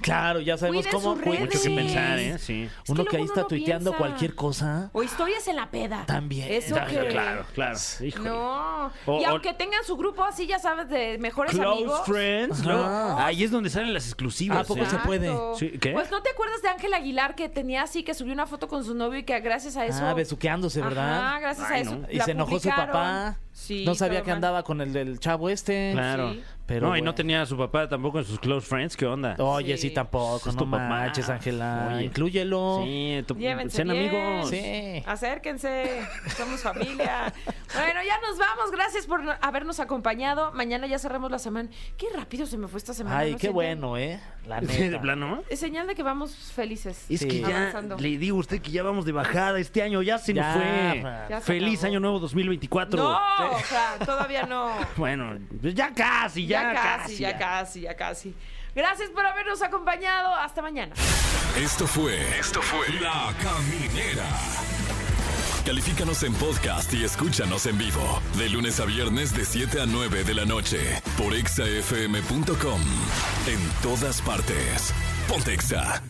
Claro, ya sabemos
Cuiden
cómo
sus
cuiden
redes.
Mucho que
sus
pensar,
redes.
¿eh? Sí.
Es
Uno
que
que
luego
ahí
uno
está
no
tuiteando
piensa.
cualquier cosa.
O historias en la peda.
También.
Eso
Ah,
que...
Claro, claro. Híjole.
No.
O-
y
o-
aunque tengan su grupo así, ya sabes, de mejores
Close
amigos.
friends. luego- ahí es donde salen las
Ah,
exclusivas.
¿A poco
¿eh?
se puede?
Sí, ¿qué?
Pues no te acuerdas de Ángel Aguilar que tenía así, que subió una foto con su novio y que gracias a eso.
Ah, besuqueándose,
Ajá,
¿verdad?
gracias a
Ay,
eso.
no.
Y
la
se enojó su
publicaron.
papá.
Sí,
no sabía
todo
que
mal.
andaba con el del chavo este.
Claro.
Sí.
no,
Pero
y
bueno.
no tenía a su papá tampoco en sus close friends. ¿Qué onda?
Oye, sí,
Sí.
tampoco.
Es
no
tu papá.
manches, Ángela.
Oye.
Inclúyelo.
Sí, tu-
Llévense
sean
bien.
amigos.
Sí.
Acérquense, somos familia. Bueno, ya nos vamos. Gracias por habernos acompañado. Mañana ya cerramos la semana. Qué rápido se me fue esta semana.
Ay,
¿no
qué
sienten?
bueno, ¿eh? La
Sí, de
neta.
plano.
Es señal de que vamos felices.
Es que
Sí.
ya
Avanzando.
le digo a usted que ya vamos de bajada este año, ya se
Ya,
nos fue.
Fran.
Ya se
Feliz
acabó.
año nuevo 2024.
No, o sea, todavía no.
Bueno, pues ya casi, ya, casi.
ya casi, ya casi. Gracias por habernos acompañado. Hasta mañana.
Esto fue. Esto fue. La Caminera. Califícanos en podcast y escúchanos en vivo. De lunes a viernes, de 7 a 9 de la noche. Por exafm.com. En todas partes. Pontexa.